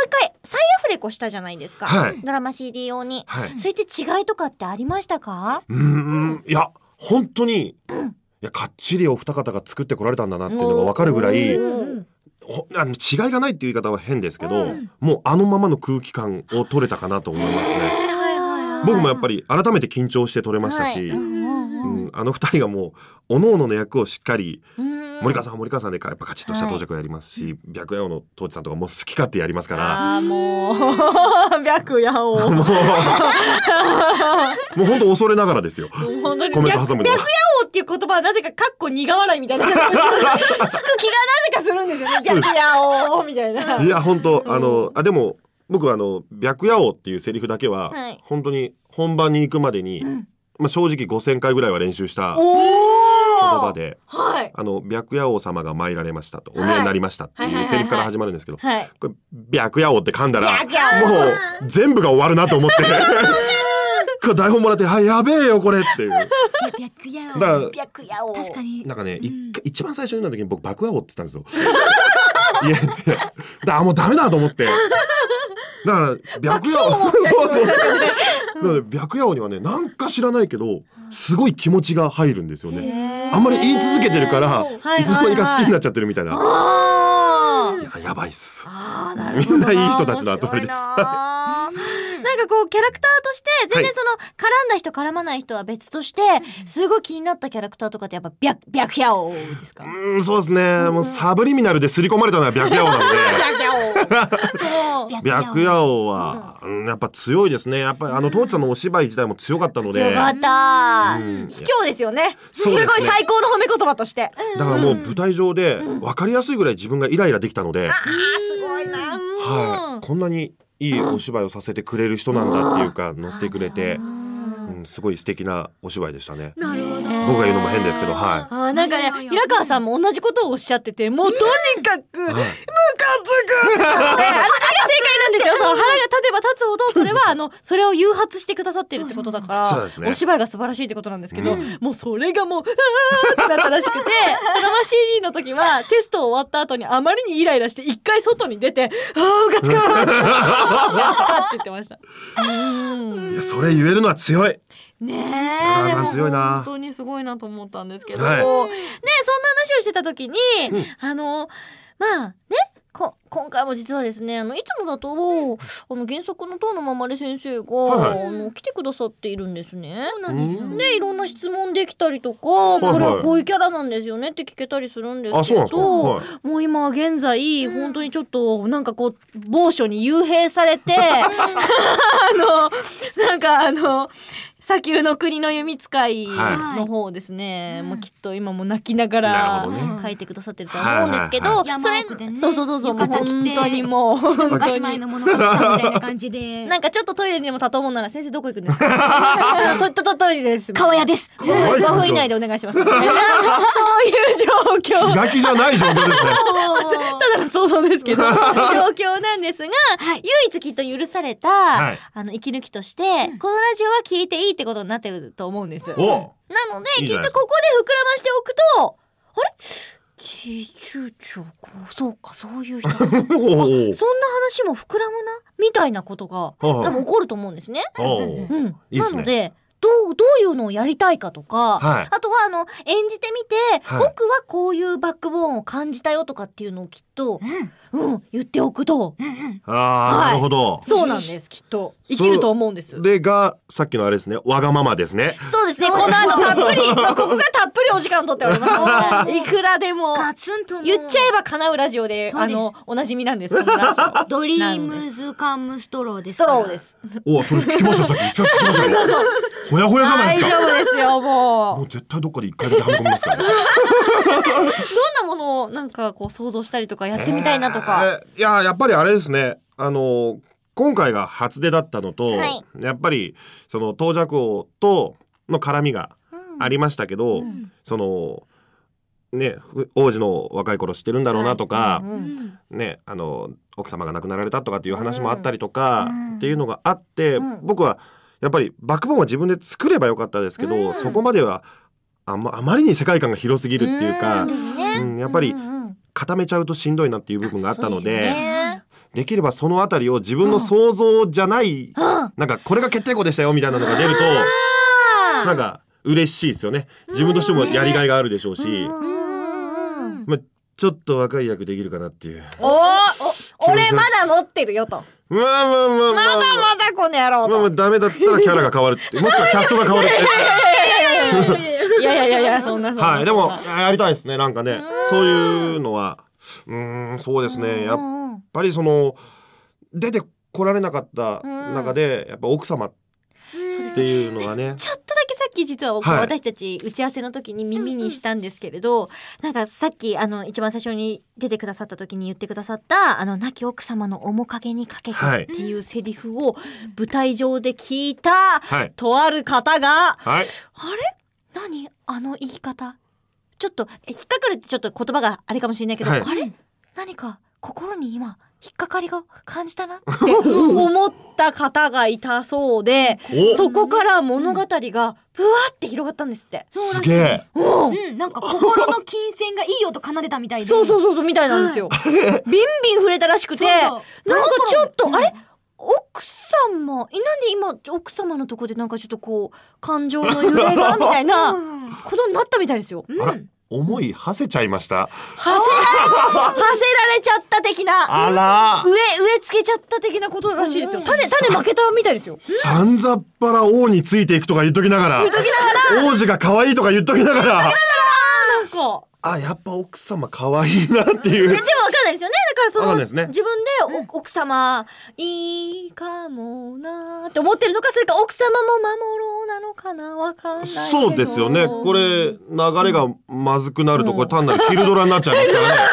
一回再アフレコしたじゃないですか、はいドラマ CD 用に、はいそういって違いとかってありましたか、うーんいや本当にいやかっちりお二方が作ってこられたんだなっていうのが分かるぐらいうんほあの違いがないっていう言い方は変ですけど、もうあのままの空気感を取れたかなと思いますね。僕もやっぱり改めて緊張して取れましたし、うんあの二人がもう各々の役をしっかり、うん森川さんは森川さんでやっぱカチッとした到着をやりますし、白夜王の当時さんとかもう好き勝手やりますからあーもう白夜をもう もう本当恐れながらですよ本当にコメント挟むのは白夜王っていう言葉はなぜかかっこ苦笑いみたいな感じでつく気がなぜかするんですよねそうです白夜王みたいないや本当あのあでも僕あの「白夜王」っていうセリフだけは、はい本当に本番に行くまでに、まあ、正直5,000回ぐらいは練習した言葉で「はいあの白夜王様が参られました」と「お見えになりました」っていうセリフから始まるんですけどはいこれ白夜王って噛んだら白夜王もう全部が終わるなと思ってこれ台本もらって「はいやべえよこれ」っていう。白夜だから白夜確かになんかね、一回一番最初に読んだ時に僕爆破王って言ったんですよ。 いやいやだあもうダメだと思って。だから白夜王そうそうそう。なので白夜王にはねなんか知らないけどすごい気持ちが入るんですよね。あんまり言い続けてるからはいはいはいいつの間にか好きになっちゃってるみたいな。あーいややばいっす。なるみほどんないい人たちの集まりです。なんかこうキャラクターとして全然はいその絡んだ人絡まない人は別としてすごい気になったキャラクターとかってやっぱ白白夜王ですかうんそうですね。もうサブリミナルで刷り込まれたのは白夜王なんで。白夜王は、うんやっぱ強いですねやっぱりあの当時さんのお芝居自体も強かったので強かったうん卑怯ですよねすそうですねごい最高の褒め言葉としてだからもう舞台上で分かりやすいぐらい自分がイライラできたので、あーすごいなはい、こんなにいいお芝居をさせてくれる人なんだっていうか乗せてくれて、うん、すごい素敵なお芝居でしたねなるほど僕が言うのも変ですけどはあーなんかね平川さんも同じことをおっしゃっててもうとにかくムカつく、ね、あのそれが正解なんですよそう腹が立てば立つほどそれはあのそれを誘発してくださってるってことだからそうですねお芝居が素晴らしいってことなんですけど、うんもうそれがもううわーってなったら しくて「ドラマ CD」の時はテスト終わった後にあまりにイライラして一回外に出て「あームカつく!」って言ってました。い、いやそれ言えるのは強いね中えで田さんも強いな本当にすごいなと思ったんですけど、はいねえそんな話をしてた時に、うんあのまあねこ今回も実はですねあのいつもだとあの原作の当のままれ先生が、はいはいあの来てくださっているんですね。そうなんですようんいろんな質問できたりとか、いこれはこういうキャラなんですよねって聞けたりするんですあけそうど、なんですかはいもう今現在、本当にちょっとなんかこう某所に幽閉され てあのなんかあの砂丘の国の弓使いの方をですね、もうきっと今も泣きながら書いてくださってるとは思うんですけど、はいはいそれ、そうそうそうそうもう浴本衣着て当にもう本当昔に前のものが来たみたいな感じでなんかちょっとトイレにでも立とうもんなら先生どこ行くんで すかとととトイレです川屋です5怖いな分以内でお願いしますそういう状況気が気じゃない状況ですねただの想像です けど状況なんですが、唯一きっと許された、はいあの息抜きとして、このラジオは聞いていいってことになってると思うんですなおのでいきいじっゃなといですかここで膨らましておくとあれ地中長こうそうかそういう人だおーそんな話も膨らむなみたいなことがいはい多分起こると思うんですね。おうーんいいっなすねのでどうどういうのをやりたいかとか、はいあとはあの演じてみて、はい僕はこういうバックボーンを感じたよとかっていうのをきっと、うん言っておくと、あー、はいなるほどそうなんですきっと生きると思うんです。それがさっきのあれですねわがままですねそうですね。この後たっぷり、まあここがたっぷりお時間取っており ます。いくらでも。言っちゃえば叶うラジオで、そうあですの、おなじみなんです。このラジオドリームズカムストローですストローですおそれ聞きましたさっきさっき聞きましたよほやほやじゃない大です丈か夫ですよ、もう。もう絶対どっかで一回だけはめ込みますからどんなものを、なんかこう想像したりとか、やってみたいなとか。えいややっぱりあれですねあの今回が初出だったのと、はいやっぱりその到着王との絡みがありましたけど、そのねふ王子の若い頃知ってるんだろうなとか、ねあの奥様が亡くなられたとかっていう話もあったりとか、っていうのがあって、僕はやっぱりバックボーンは自分で作ればよかったですけど、そこまではあ,、まあまりに世界観が広すぎるっていうか、うんやっぱり固めちゃうとしんどいなっていう部分があったので。できればそのあたりを自分の想像じゃない、なんかこれが決定校でしたよみたいなのが出ると、なんか嬉しいですよね自分としてもやりがいがあるでしょうし、まあ、ちょっと若い役できるかなっていうおお、お俺まだ持ってるよと。まあまあまあまあまだまだこの野郎まあまあと。ダメだったらキャラが変わるってもしくはキャスト が変わるっていやいやいやいや、そんな。はいでもやりたいですねなんかね、そういうのはうーんそうですねやっぱりその出てこられなかった中でやっぱ奥様っていうのがねちょっとだけさっき実は、はい私たち打ち合わせの時に耳にしたんですけれど、なんかさっきあの一番最初に出てくださった時に言ってくださった「あの亡き奥様の面影にかけて」はいっていうセリフを舞台上で聞いた、はいとある方がはいあれ何あの言い方ちょっとえ引っかかるってちょっと言葉があれかもしれないけど、はいあれ何か心に今引っかかりが感じたなって 思った方がいたそうでおそこから物語がぶわって広がったんですって。そうらしいげでえす。うん、なんか心の金銭がいい音奏でたみたいで。そうそうそうそうみたいなんですよ。ビンビン触れたらしくてそうなんそかうちょっとあれ奥様えなんで今奥様のとこでなんかちょっとこう感情の揺れ がみたいなことになったみたいですよ。あら思い馳せちゃいましはたせられ、はせられちゃった的な。あら植え、植え付けちゃった的なことらしいですよ。種、種負けたみたいですよ。さんざっぱら王についていくとか言っときながら言っときながら王子が可愛いとか言っときながらなんか。あやっぱ奥様可愛いなってえいでうもわかんないですよね。だからそわかんの、ないですね自分でお奥様、いいかもなーって思ってるのか、それか奥様も守ろうなのかなわかんないけど。そうですよねこれ流れがまずくなるとこれ単なる昼ドラになっちゃいますからねあ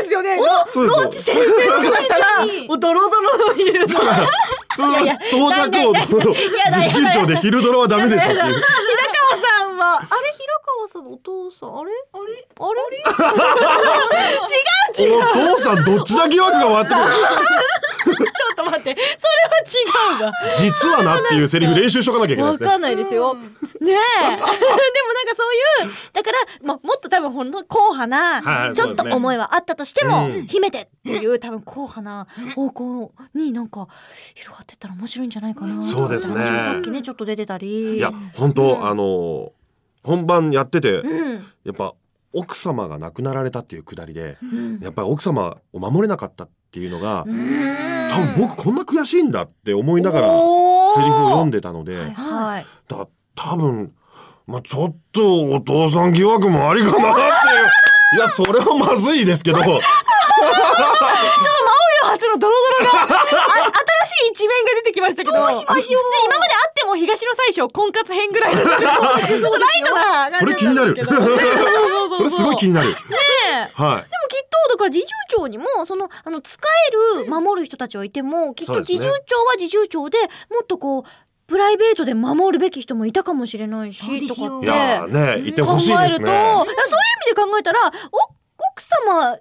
りですよね。ロそうですロよッチ先生の奥さんったら、もうドロドロのいる。だからそのいやいや到着をないないないやだやだ自身長で昼ドラはダメでしょってやだやいだう平川さんは、あれ平川さんのお父さん、あれあれあれ違う違う。お父さんどっちだ疑惑が終わってるちょっと待って、それは違うわ。実はなっていうセリフ練習しとかなきゃいけないですねわかんないですよ。ねえ。 でもなんかそういう、だから、まあ、もっと多分ほんの硬派はな、いちょっとそうですね思いはあったとしても、うん秘めてっていう多分硬派な方向になんか広がってったら面白いんじゃないかなってそうですねさっきね、ちょっと出てたり。いや本当あの本番やっててうん。やっぱ奥様が亡くなられたっていうくだりでうんやっぱり奥様を守れなかったっていうのがうーん多分僕こんな悔しいんだって思いながらセリフおーを読んでたのではい。だ多分まあちょっとお父さん疑惑もありか なっていういやそれはまずいですけどちょっとマオリオ初のドロドロがあ新しい一面が出てきましたけどどうしましょう、ね、今まであっても東の最小婚活編ぐらいのちょっとちょっとライトなそれ気になるそうそうそう それすごい気になるねえはでいもきっとだから自重長にもそのあの使える守る人たちはいてもきっとそうです自ね重長は自重長でもっとこうプライベートで守るべき人もいたかもしれないしとかっいてやーね言ってほしいですね考えると、いやそういう意味で考えたら、お奥様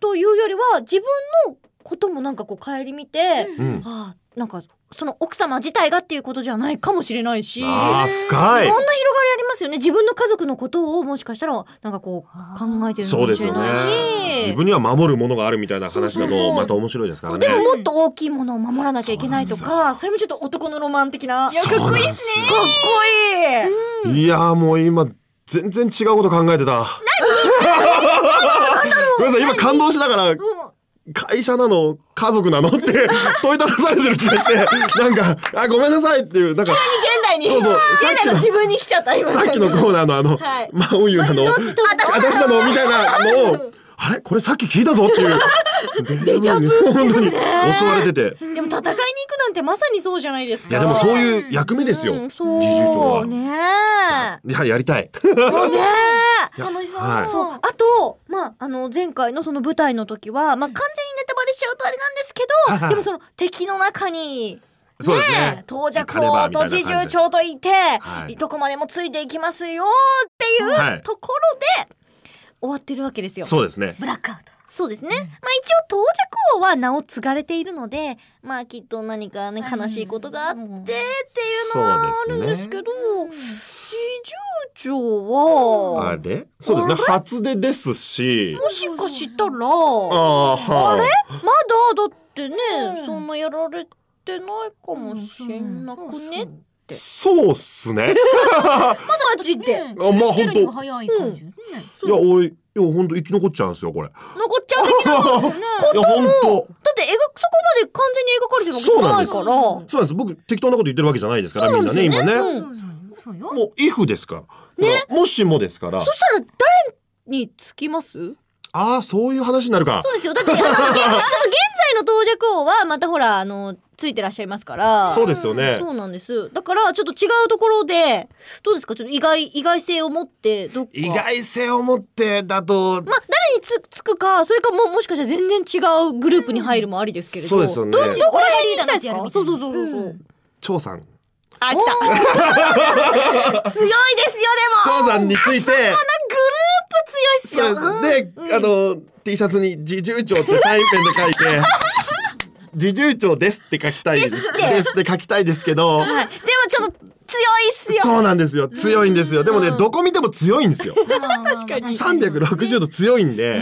というよりは自分のこともなんかこう顧みて、うんああなんかその奥様自体がっていうことじゃないかもしれないし、あー深いろんな広がりありますよね。自分の家族のことをもしかしたらなんかこう考えてるのかそうもでしすれよねないし。自分には守るものがあるみたいな話だそうそうそとうまた面白いですからねでももっと大きいものを守らなきゃいけないとか、それもちょっと男のロマン的な。いや、かっこいいっすね。かっこいい。いやーもう今全然違うこと考えてたごめんなさい今感動しながら会社なの家族なのって 問いただされてる気がしてなんかあごめんなさいっていうなんか急に現代にそ うそう現代の自分に来ちゃった今さっきのコーナーのあのはい「真央優なのどっちと私なの」みたいなのをあれこれさっき聞いたぞっていうデジャブ本当に襲われててでも戦いに行くなんてまさにそうじゃないですかいやでもそういう役目ですようん自そう重長は。ねいややりたえい。そうねえいや楽しそうはいそうあとまああの前回のその舞台の時はまあ完全にネタバレしちゃうとあれなんですけはいどはいでもその敵の中に そうですねえ到着行かねば王みたいとな感侍じで従長といて、はいどこまでもついていきますよってはいういところで、終わってるわけですよ。そうですねブラックアウト。そうですね。まあ一応到着王は名を継がれているので、まあきっと何かね悲しいことがあってっていうのはあるんですけど、侍従長はあれそうですねあれ初出ですしもしかしたらあーはーあれまだだってね、そんなやられてないかもしんなくね。そうっすねマジで。あ、まあ本当早い感じ、うんいや俺いや本当生き残っちゃうんですよこれ残っちゃう的なことですよねいやことも本だってえがそこまで完全に描かれてるわけじそうゃなんないですかそうらなんです僕適当なこと言ってるわけじゃないですからみんなね今ねねもう if ですからもうもしもですからそしたら誰につきますああそういう話になるかそうですよだってあのちょっと現 在の到着王はまたほらあのついてらっしゃいますからそうですよねんそうなんですだからちょっと違うところでどうですかちょっと意外意外性を持ってどっか意外性を持ってだとまあ誰につつくかそれかももしかしたら全然違うグループに入るもありですけれど、そうですよねどうしようこれ辺に行きたいです俺がリーダーになってやるみたいなかそうそうそうそうそう張さんあ来た強いですよでも張さんについてあそこのグループ強いっすよそうですで、あの T シャツに「自重長」ってサインペンで書いて「自重長です」って書きたいですですってですって書きたいですけど、はい、でもちょっと強いっすよそうなんですよ強いんですよ、でもねどこ見ても強いんですよ確かに360度強いんで、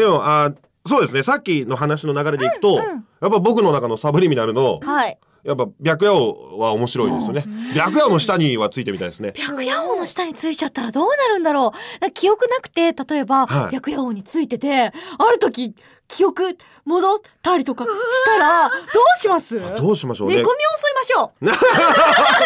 でもあそうですねさっきの話の流れでいくと、やっぱ僕の中のサブリミナルのはいやっぱ白夜王は面白いですよね白夜王の下にはついてみたいですね白夜王の下についちゃったらどうなるんだろうなんか記憶なくて例えば、はい白夜王についててある時記憶戻ったりとかしたらどうします猫みをどうしましょう襲いねましょ ううわー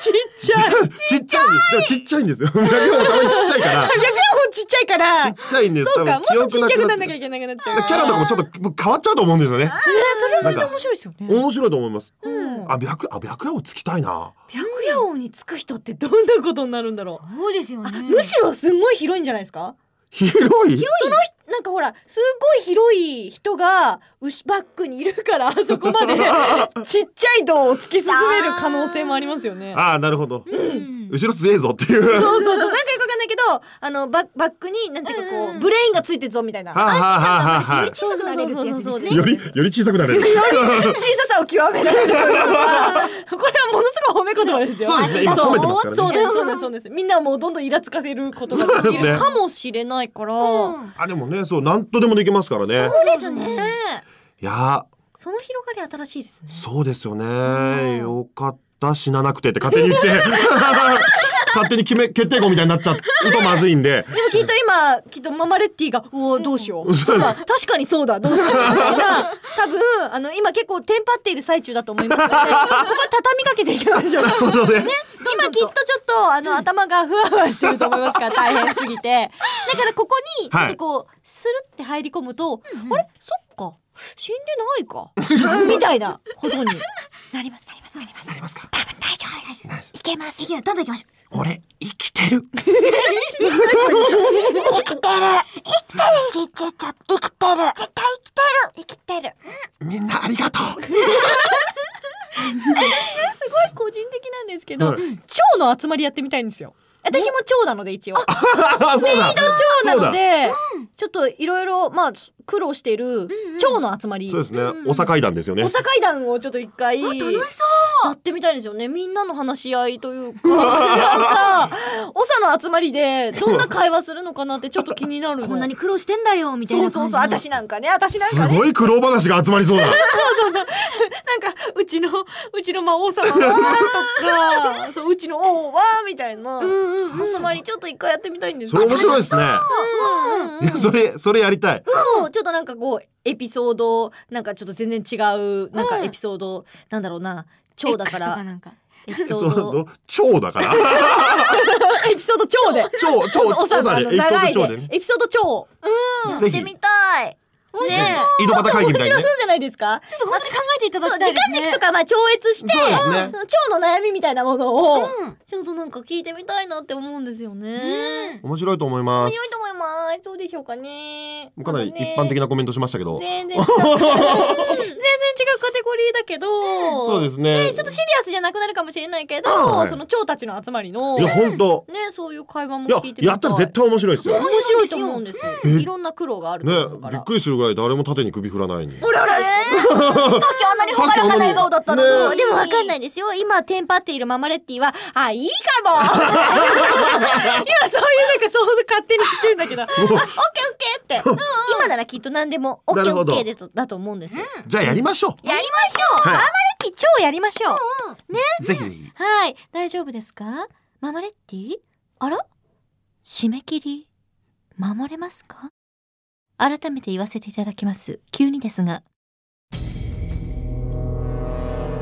ちっちゃいちっちゃいんですでもちっちゃいんですよ白夜王のためにちっちゃいか ら白夜王ちっちゃいからちっちゃいんですそう多か分も記っとち憶っなちゃくくななっんてなきゃいけなくなっちキャゃうラとかもちょっと僕変わっちゃうと思うんですよねえーそれはそれで面白いですよね面白いと思います、うんあ白あ白夜王つきたいな白夜王につく人ってどんなことになるんだろうそうですよねむしろすんごい広いんじゃないですか広いその人なんかほらすごい広い人が牛バックにいる からあそこまでちっちゃいドンを突き進める可能性もありますよね。ああなるほど、うん後ろ強えぞっていそううそうそうなんかよくわかんないけどあのババックになんていうかこう、ブレインがついてるぞみたいな。はあはあはあはあより小さくなれるってやつですね。よりより小さくなれよるり小ささを極めるこれはものすごい褒め言葉ですよ。そうですね今褒めてますからねそうですそうですそうです。みんなもうどんどんイラつかせることができるかもしれないから。 あでもねそうなんとでもできますからねそうですね。いやその広がり新しいですね。そうですよねよかった死ななくてって勝手に言って 勝手に決め決定語みたいになっちゃうとまずいんででもきっと今きっとママレッティが「うおどうしよう」そうだ確かにそうだどうしよう」みたい な多分あの今結構テンパっている最中だと思いますのでここは畳みかけていきましょう。ね今きっとちょっとあの頭がふわふわしてると思いますから大変すぎてだからここにちょはっいとこうスルって入り込むと「あれそっか死んでないか」みたいなこと になりますなりますなりますなりますか多分大丈夫ですいけますいけどんどんいきましょう俺生きてる生きてる生きちってるちゃいちょっと生きてる絶対生きてる生きてるみんなありがとうすごい個人的なんですけど、 はい蝶の集まりやってみたいんですよ私も蝶なので一応そうだメイド蝶なのでそちょっといろいろまあ苦労している蝶の集まり、そうですねおさ階段ですよねおさ階段をちょっと一回楽しそうやってみたいですよねみんなの話し合いというかなんかおさの集まりでどんな会話するのかなってちょっと気になるこんなに苦労してんだよみたいな感じそうそうそう私なんかね私なんすかねごい苦労話が集まりそうなそうそうそう。なんか、うちの、うちの魔王様は、 とか、そう、うちの王は、みたいな。うんうん。つまり、ちょっと一回やってみたいんですそれ面白いですねうんうんうん。いやそれそれやりたいそう、ちょっとなんかこう、エピソード、なんかちょっと全然違う、なんかエピソード、なんだろうな、超だから。 X とかなんか。エ ピソそード。う超だから エピソード超で。超超おさんのあおさんでエのピソード長い超でねエピソード超。うん。ぜひたひい。ねえ井戸端会議みたいにね面白そうじゃないですか。ちょっと本当に考えていただきたいですね時間軸とかまあ超越して、そうですねうん腸の悩みみたいなものを、ちょっとなんか聞いてみたいなって思うんですよね。面白いと思いま面す白いと思います。どうでしょうかね。かなり一般的なコメントしましたけど全然違う全然違うカテゴリーだけど、そうですねちょっとシリアスじゃなくなるかもしれないけど、うんはいその蝶たちの集まりのいや本当ねそういう会話もいや聞いてみたいやったら絶対面白いですよ面白いと思うんですよ、うんいろんな苦労があるとね思うから、びっくりするぐらい誰も縦に首振らないにほらほら、さっきあんなに朗らかな笑顔だったのにそうでもわかんないですよ今テンパっているママレッティはあいい かも今そういうなんか想像勝手にしてるんだけどあオッケーオッケーって、今ならきっと何でもオッなケーるオほッどケーでとだと思うんです、じゃあやりましょやりましょう、はいママレッティ超やりましょう、ねうぜひぜひはい大丈夫ですかママレッティあら締め切り守れますか改めて言わせていただきます急にですが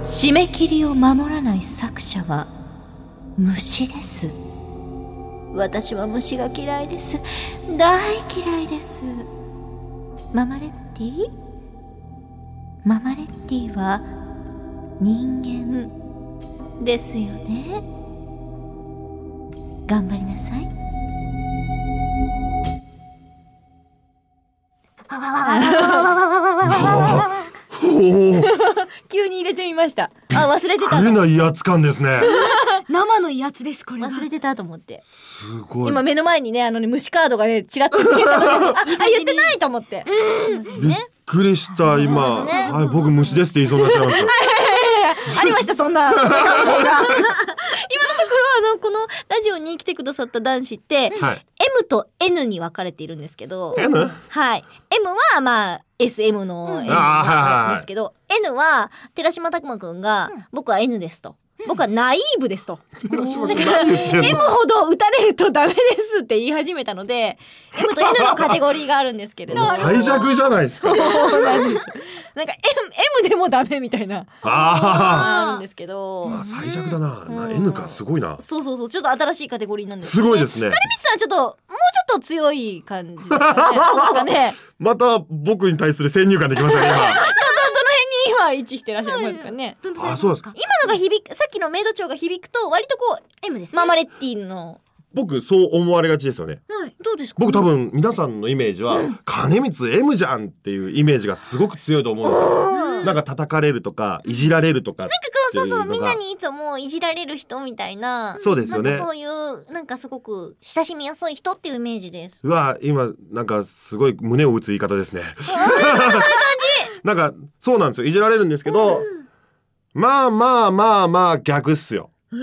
締め切りを守らない作者は虫です私は虫が嫌いです大嫌いですママレッティママレッティは人間ですよね頑張りなさいおお急に入れてみましたあ忘れてた食えない威圧感ですね生の威圧ですこれ忘れてたと思ってすごい今目の前にねあのね虫カードがねちらっと見えたのであ言ってないと思ってびっくりした今、そうですねはい僕虫ですって言いそうになっちゃいましたありましたそんな今のところはあのこのラジオに来てくださった男子って、はい M と N に分かれているんですけど N？はい M はまあ SM の N あーはいはいはいなんですけど N は寺島拓磨くんが「僕は N です」と。僕はナイーブですと。だから君何言ってんの M ほど打たれるとダメですって言い始めたので M と N のカテゴリーがあるんですけれどもう最弱じゃないですそかうなんですよなんか M, M でもダメみたいなああるんですけど、あ最弱だな、な N かすごいなそうそうそうちょっと新しいカテゴリーなんですすごいですね谷口さんはちょっともうちょっと強い感じですかねどうですか ねまた僕に対する先入観できましたねどどどの辺に今位置してらっしゃるんですかね 今あそうです今のが響くさっきのメイド長が響くと割とこう M です、ママレッティの僕そう思われがちですよねはいどうですか僕多分皆さんのイメージは金光 M じゃんっていうイメージがすごく強いと思うんですよなんか叩かれるとかいじられるとかっていそううのそがうみんなにいつもいじられる人みたいなそうですよねなんかそういうなんかすごく親しみやすい人っていうイメージですうわ今なんかすごい胸を打つ言い方ですね なんかそうなんですよいじられるんですけど、まあまあまあまあ逆っすよえ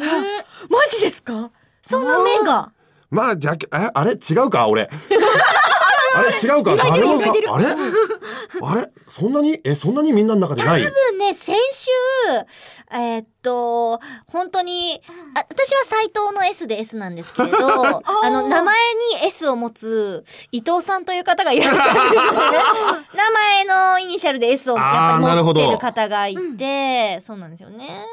マジですかそんな目がまあ逆えあれ違うか 俺あれ違うか揺らいでる誰もさ揺らいでるあれあれそんなにえそんなにみんなの中でない多分ね先週えーっと本当にあ私は斎藤の S で S なんです けれどあの名前に S を持つ伊藤さんという方がいらっしゃるんですよ ね名前のイニシャルで S をやあっーぱなる持っほどてる方がいて、そうなんですよね、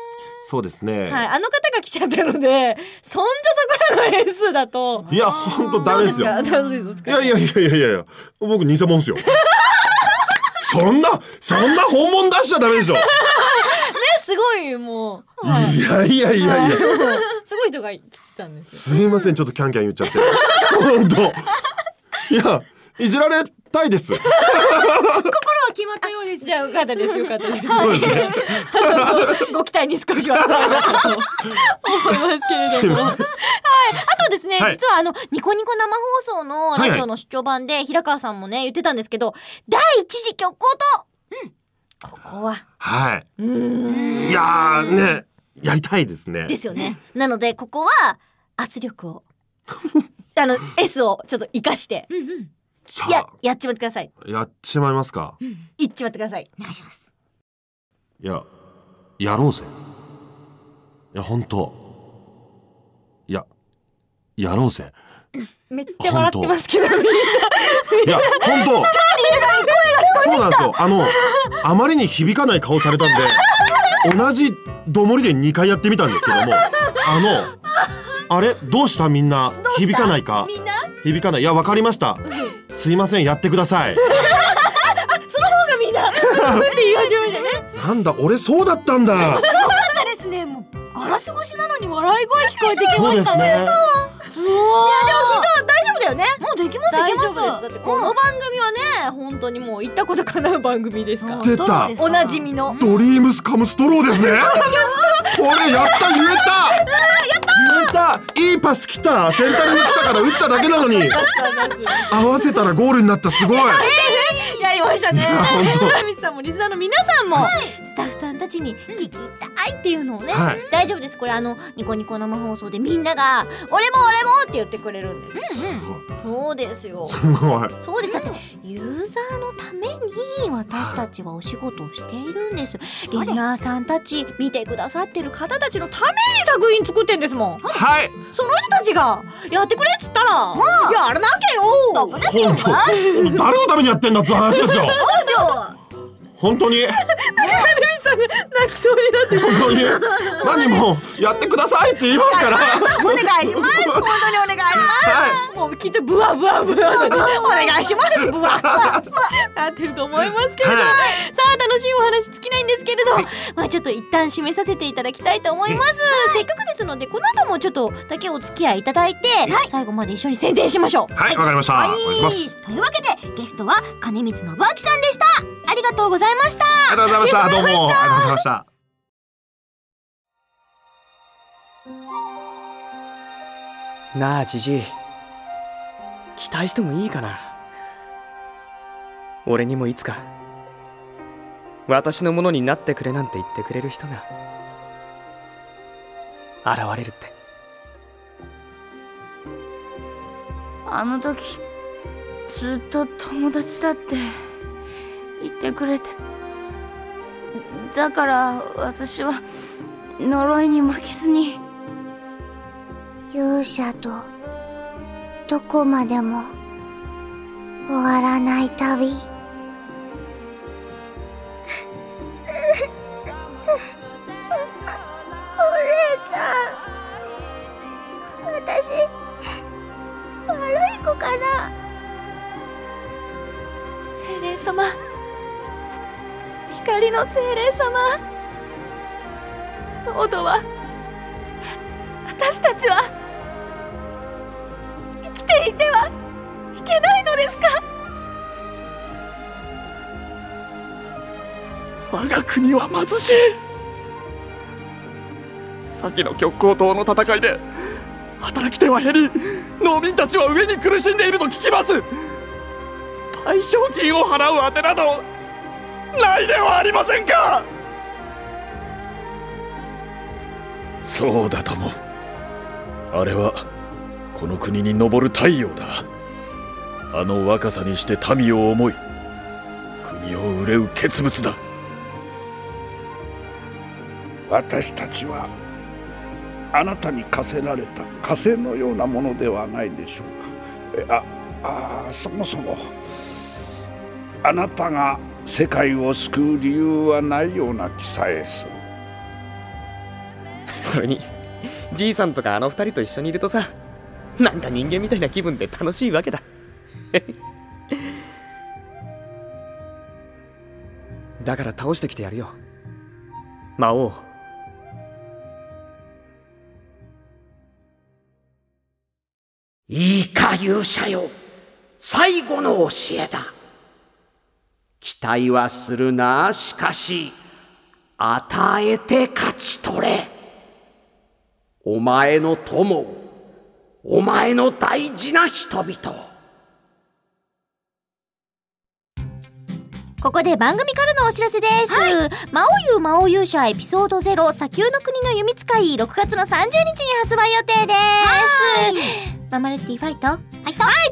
そうですね、はいあの方が来ちゃったのでそんじょそこらの S だとい、やほんとダメですよどうですかどうですかいやいやいやいやいやいや僕偽物っすよそんなそんな本物出しちゃダメでしょねすごいもういやいやいやいやすごい人が来てたんですすいませんちょっとキャンキャン言っちゃって本当いやいじられたいです心は決まったようです。じゃあ、よかったです。よかったです。そうですねご期待に少しはされたかと思いますけれすどいも。まはせいん、あとですね、はい実はあの、ニコニコ生放送のラジオの出張版で、平川さんもね、言ってたんですけど、第一次曲高と、うん、ここは、はうーいんいやーねやりたいですねですよね。なので、ここは、圧力 を、あの、S をちょっと生かして、や、やっちまってください。やっちまいますかいっちまってください。お願いします。いややろうぜいや本当いややろうぜめっちゃ笑ってますけど、みんな。いや本当そうなんですよあのあまりに響かない顔されたんで同じどもりで2回やってみたんですけどもあのあれどうしたみんな響かないかみんな響かないいやわかりましたすいませんやってくださいその方がみんなって言い始めてねなんだ俺そうだったんだすごかったですねもうガラス越しなのに笑い声聞こえてきましたねそうですねうわーいやでもきっと大丈夫だよねもうできました大でき丈ました夫ですだってこの番組はね本当にもう行ったことかなう番組ですから出たおなじみのドリームスカムストローですねこれやった言えたやったいいパス来たセンタリング来たから打っただけなのに合わせたらゴールになったすごいやりましたねいや本当村上さんもリスナーの皆さんもスタッフさんたちに聞きたいっていうのをねはい大丈夫ですこれあのニコニコ生放送でみんなが「俺も俺も!」って言ってくれるんですそうですよすごいそうですだってユーザーのために私たちはお仕事をしているんですリスナーさんたち見てくださってる方たちのために作品作ってんですもんはいその人たちがやってくれっつったらやらなきゃよそうです本当誰のためにやってんだって話ですよよ本当にはるみさんが泣きそうになってる本当に何もやってくださいって言いますかおら願いします本当にお願いします、もうきっとブワブワブワとねお願いしますブワブワブワなってると思いますけれど、さあ楽しいお話尽きないんですけれど、まあちょっと一旦締めさせていただきたいと思います、せっかくですのでこの後もちょっとだけお付き合いいただいて、最後まで一緒に宣伝しましょうはいわかりました、お願いしますというわけでゲストは金光信明さんでしたありがとうございましたありがとうございましたどうもありがとうございましたなあじじい期待してもいいかな俺にもいつか私のものになってくれなんて言ってくれる人が現れるってあの時ずっと友達だって言ってくれてだから私は呪いに負けずに勇者とどこまでも終わらない旅お姉ちゃん私悪い子かな精霊様光の精霊様オドは私たちは生きていてはいけないのですか我が国は貧しい先の極光島の戦いで働き手は減り農民たちは上に苦しんでいると聞きます賠償金を払うあてなどないではありませんかそうだともあれはこの国に昇る太陽だあの若さにして民を思い国を憂う傑物だ私たちはあなたに課せられた火星のようなものではないでしょうかえああそもそもあなたが世界を救う理由はないような気さえするそれにじいさんとかあの二人と一緒にいるとさなんか人間みたいな気分で楽しいわけだ だから倒してきてやるよ魔王いいか勇者よ最後の教えだ期待はするなしかし与えて勝ち取れお前の友をお前の大事な人々をここで番組からのお知らせです、魔王優魔王勇者エピソード0砂丘の国の弓使い6月の30日に発売予定ですママレッティファイトはい、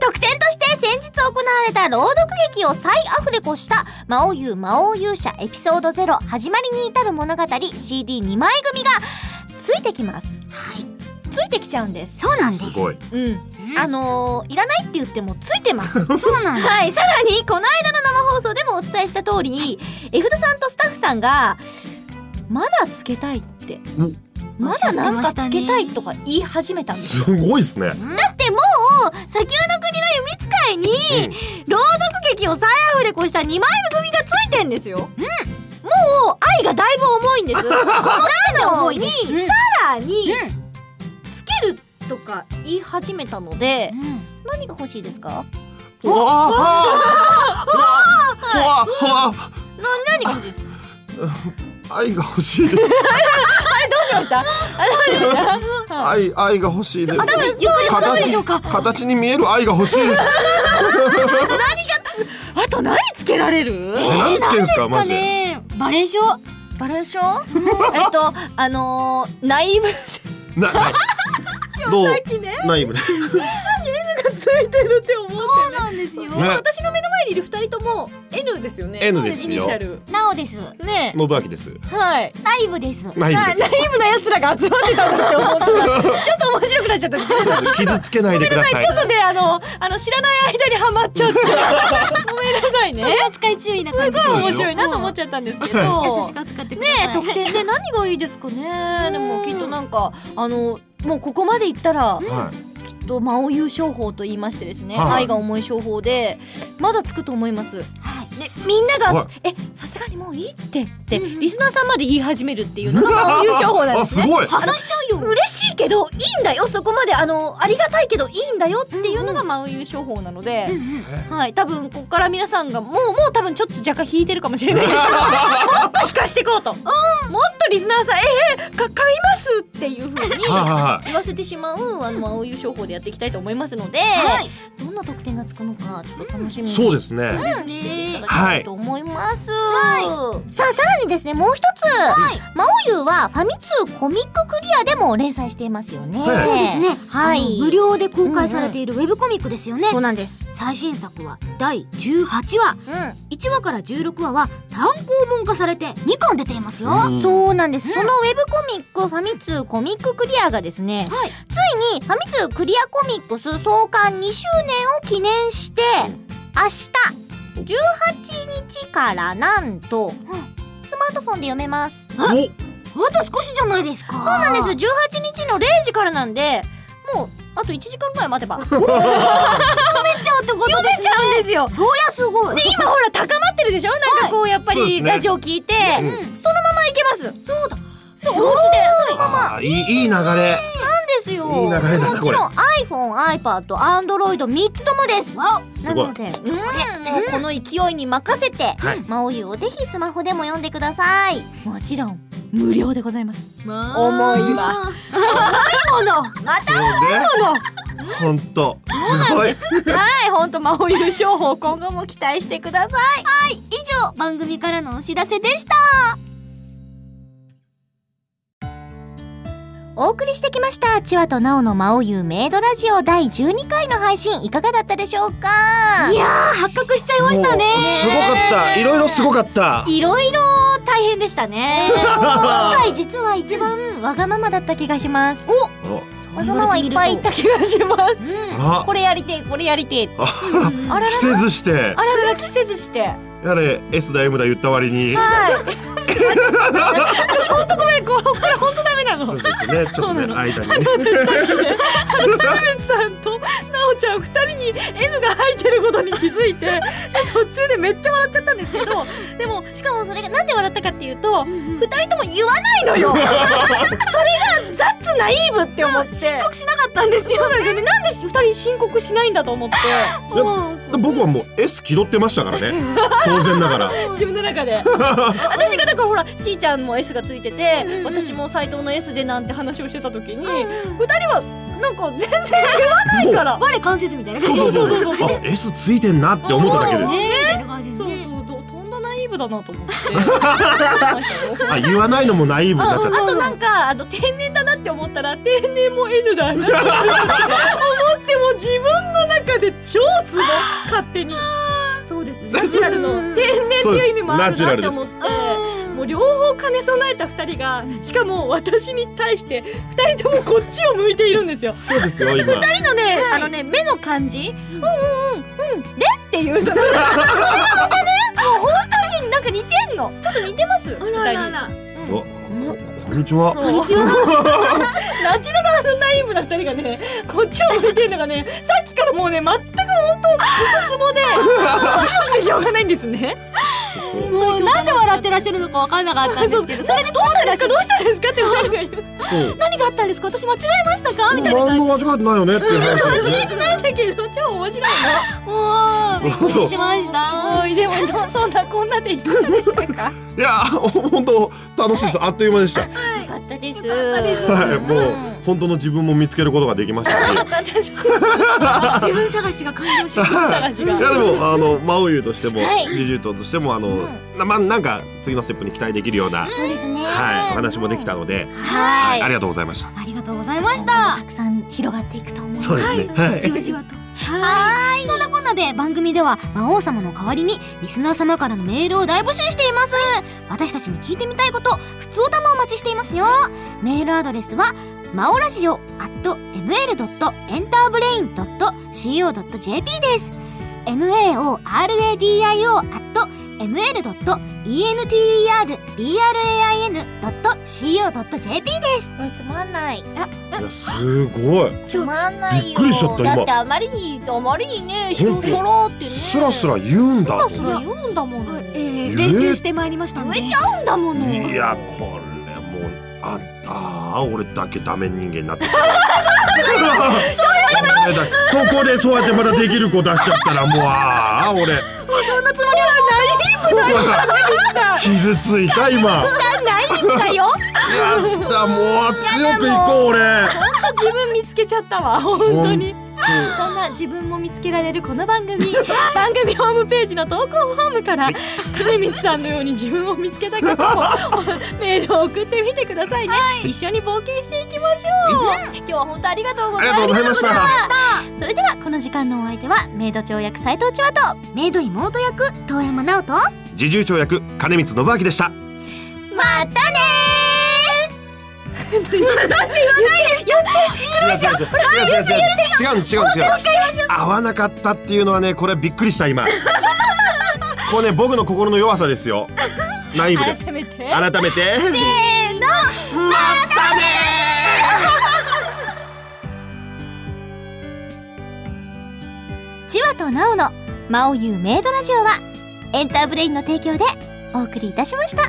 特典として先日行われた朗読劇を再アフレコした「魔王優魔王勇者エピソード0始まりに至る物語 CD2 枚組」がついてきますはいついてきちゃうんですそうなんですごいうん、あのーいらないって言ってもついてます。そうなんはい、さらにこの間の生放送でもお伝えした通り、えふださんとスタッフさんがまだつけたいって、まだなんかつけたいとか言い始めたんですすごいですねだってもう砂丘の国の弓使いに朗読劇を再アフレコした2枚組がついてんですよ。うん。もう愛がだいぶ重いん です。この時点で重いにですさらに、つけるとか言い始めたので、何が欲しいですか？うわーわほわほわな何が欲しいですか？愛が欲しいですあれどうしました？あれどうしました？愛愛が欲しいですちょ頭ゆっくり少しでしょうか形形に見える愛が欲しいですあと何つけられる？え何つけるんですかマジでね。バレーショ。バレーショ。えっとあのー、ナイーブ。なさっきね。内部で何 N がついいてるって思って、ね、そうなんですよもう私の目の前にいる二人とも N ですよね N ですよイニシャルなおですね信明ですはいナイブですナイブですはいナイブな奴らが集まってたんだって思ったら ちょっと面白くなっちゃった傷つけないでくださいちょっとねあのあの知らない間にハマっちゃってごめんなさいね取り扱い注意な感じすごい面白いなと思っちゃったんですけど優しく扱ってくださいねえ特典ね何がいいですかねでもきっとなんかあのもうここまでいったら、きっと魔王優勝法と言いましてですね、はい愛が重い商法でまだつくと思います、はい、でみんなはいが「えさすがにもういいって」って、リスナーさんまで言い始めるっていうのが魔王優勝法 なんですねあ すごい破産しちゃうよ嬉しいけどいいんだよそこまであのありがたいけどいいんだよっていうのが魔王優勝法なので、はい、多分ここから皆さんがもうもう多分ちょっと若干引いてるかもしれないですけどもっと引かしていこうと、もっとリスナーさん「ええか買います」っていうふうにはいはいはい言わせてしまうあの魔王優勝法でやっていきたいと思いますので、どんな得点がつくのかちょっと楽しみに、そうですねうんしてていただきたいと思います。はさあさらにですねもう一つ、マオユはファミ通コミッククリアでも連載していますよね、そうですね、はいあの無料で公開されているウェブコミックですよね、そうなんです最新作は第18話、1話から16話は単行本化されて2巻出ていますよ、うんそうなんです、うんそのウェブコミックファミ通コミッククリアがですね、ついにファミ通クリアコミックス創刊2周年を記念して明日18日からなんとスマートフォンで読めますあと少しじゃないですかそうなんです18日の0時からなんでもうあと1時間くらい待てば読めちゃうってことですね読めちゃうんですよそりゃすごいで今ほら高まってるでしょなんかこうやっぱそうでりすねラジオ聞いて、うんそのままいけますそうだそうお家でそのままあいいいい流れなんですよいい流れだなもちろんこ iPhone、iPad、Android3 つともですすなごいのでうんもうこの勢いに任せてはい「魔王湯」をぜひスマホでも読んでくださいもちろん無料でございます重いわ重いものまたそうね本当すごいはい、本当魔法優勝法今後も期待してください。はい以上番組からのお知らせでしたお送りしてきました千和と奈緒の魔王湯メイドラジオ第12回の配信いかがだったでしょうかいやー発覚しちゃいましたねすごかったいろいろすごかったいろいろ大変でしたね 今回実は一番わがままだった気がしますおわがままいっぱい言った気がします、あらこれやりてえこれやりてえああららら着せずしてあらら着せずしてはやれ S だ M だ言った割にいね 私本当ごめんこれこれ本当ダメなのちょっとね間にあねの 私さっきねあの田辺さんと奈緒ちゃん二人に N が入ってることに気づいてで途中でめっちゃ笑っちゃったんですけどでもしかもそれがなんで笑ったかっていうと二、人とも言わないの よそれがザッツナイーブって思って申告しなかったんですよそうなんですよねなんで二人申告しないんだと思 っていや僕はもう S 気取ってましたからね当然ながら自分の中で私がだからほらしーちゃんも S がついてて、私も斎藤の S でなんて話をしてた時に、二人はなんか全然言わないから我関節みたいなそうそうそうそうあ S ついてんなって思っただけでそうそうどとんだナイーブだなと思 って あ言わないのもナイーブになっちゃっあとたなんかあの天然だなって思ったら天然も N だなって 思ってもう自分の中で超都合勝手にそうですナチュラルの天然っていう意味もあるなって思ってもう両方兼ね備えた二人がしかも私に対して二人ともこっちを向いているんですよそうですよ今二人のね、あのね目の感じうんうんうんうんでっていう そのその見たねもう本当になんか似てんのちょっと似てますあらららおここんにちはこんにちは。ナチュラルナイーブな二人がね、こっちを向いてるのがね、さっきからもうね、全く本当ずっとツ ボで、面白くてしょうがないんですね。もうなんで笑ってらっしゃるのか分かんなかったんですけどそれでどうしたんですかどうしたんですかって二人が言うそう何があったんですか私間違えましたかみたいな何も間違えてないよねっていう話をね間違えてないんだけど超面白いのもうびっくりしましたおいでもそんなこんなでいかがでしたかいや本当楽しいですあっという間でしたよかったですはいもう本当の自分も見つけることができましたし自分探しが完了しました いやでもあの魔王優としてもはいジジュウトとしてもあの、の、なまあなんか次のステップに期待できるような、そうですねはいお話もできたので、はありがとうございました。ありがとうございましたたくさん広がっていくと思いますそうですねははいいじわじわとはいそんなこんなで番組では魔王様の代わりにリスナー様からのメールを大募集しています私たちに聞いてみたいこと普通おたもお待ちしていますよメールアドレスはマオラジオ ml.enterbrain.co.jp です maoradio ml.enterbrain.co.jp ですつまんないいやすごいつまんないよびっくりしちゃった今だってあまりにあまりにね人本そろってねスラスラ言うんだそらそら言うんだもん、ね、ええー練習してまいりましたんで植えちゃうんだものいやこれもうああー俺だけダメ人間になってきた俺だ そこでそうやってまたできる子出しちゃったらもうああ俺そんなつもりはない傷ついた今ないんだよやったもう強くいこう俺自分見つけちゃったわ本当にそんな自分も見つけられるこの番組 番組ホームページの投稿フォームから金光さんのように自分を見つけた方もメールを送ってみてくださいね、一緒に冒険していきましょう、今日は本当ありがとうございましたありがとうございまそれではこの時間のお相手はメイド長役斉藤千和とメイド妹役遠山直人ま自重長役金光信明でした。たね言わ ないでやって違う違う違う違もう一回やりましょう違う違う違う違うう合わなかったっていうのはねこれびっくりした 今これね僕の心の弱さですよナイブです改めてせ改めてーのまたねチワとナオの「マオユーメイドラジオは」エンターブレインの提供でお送りいたしました。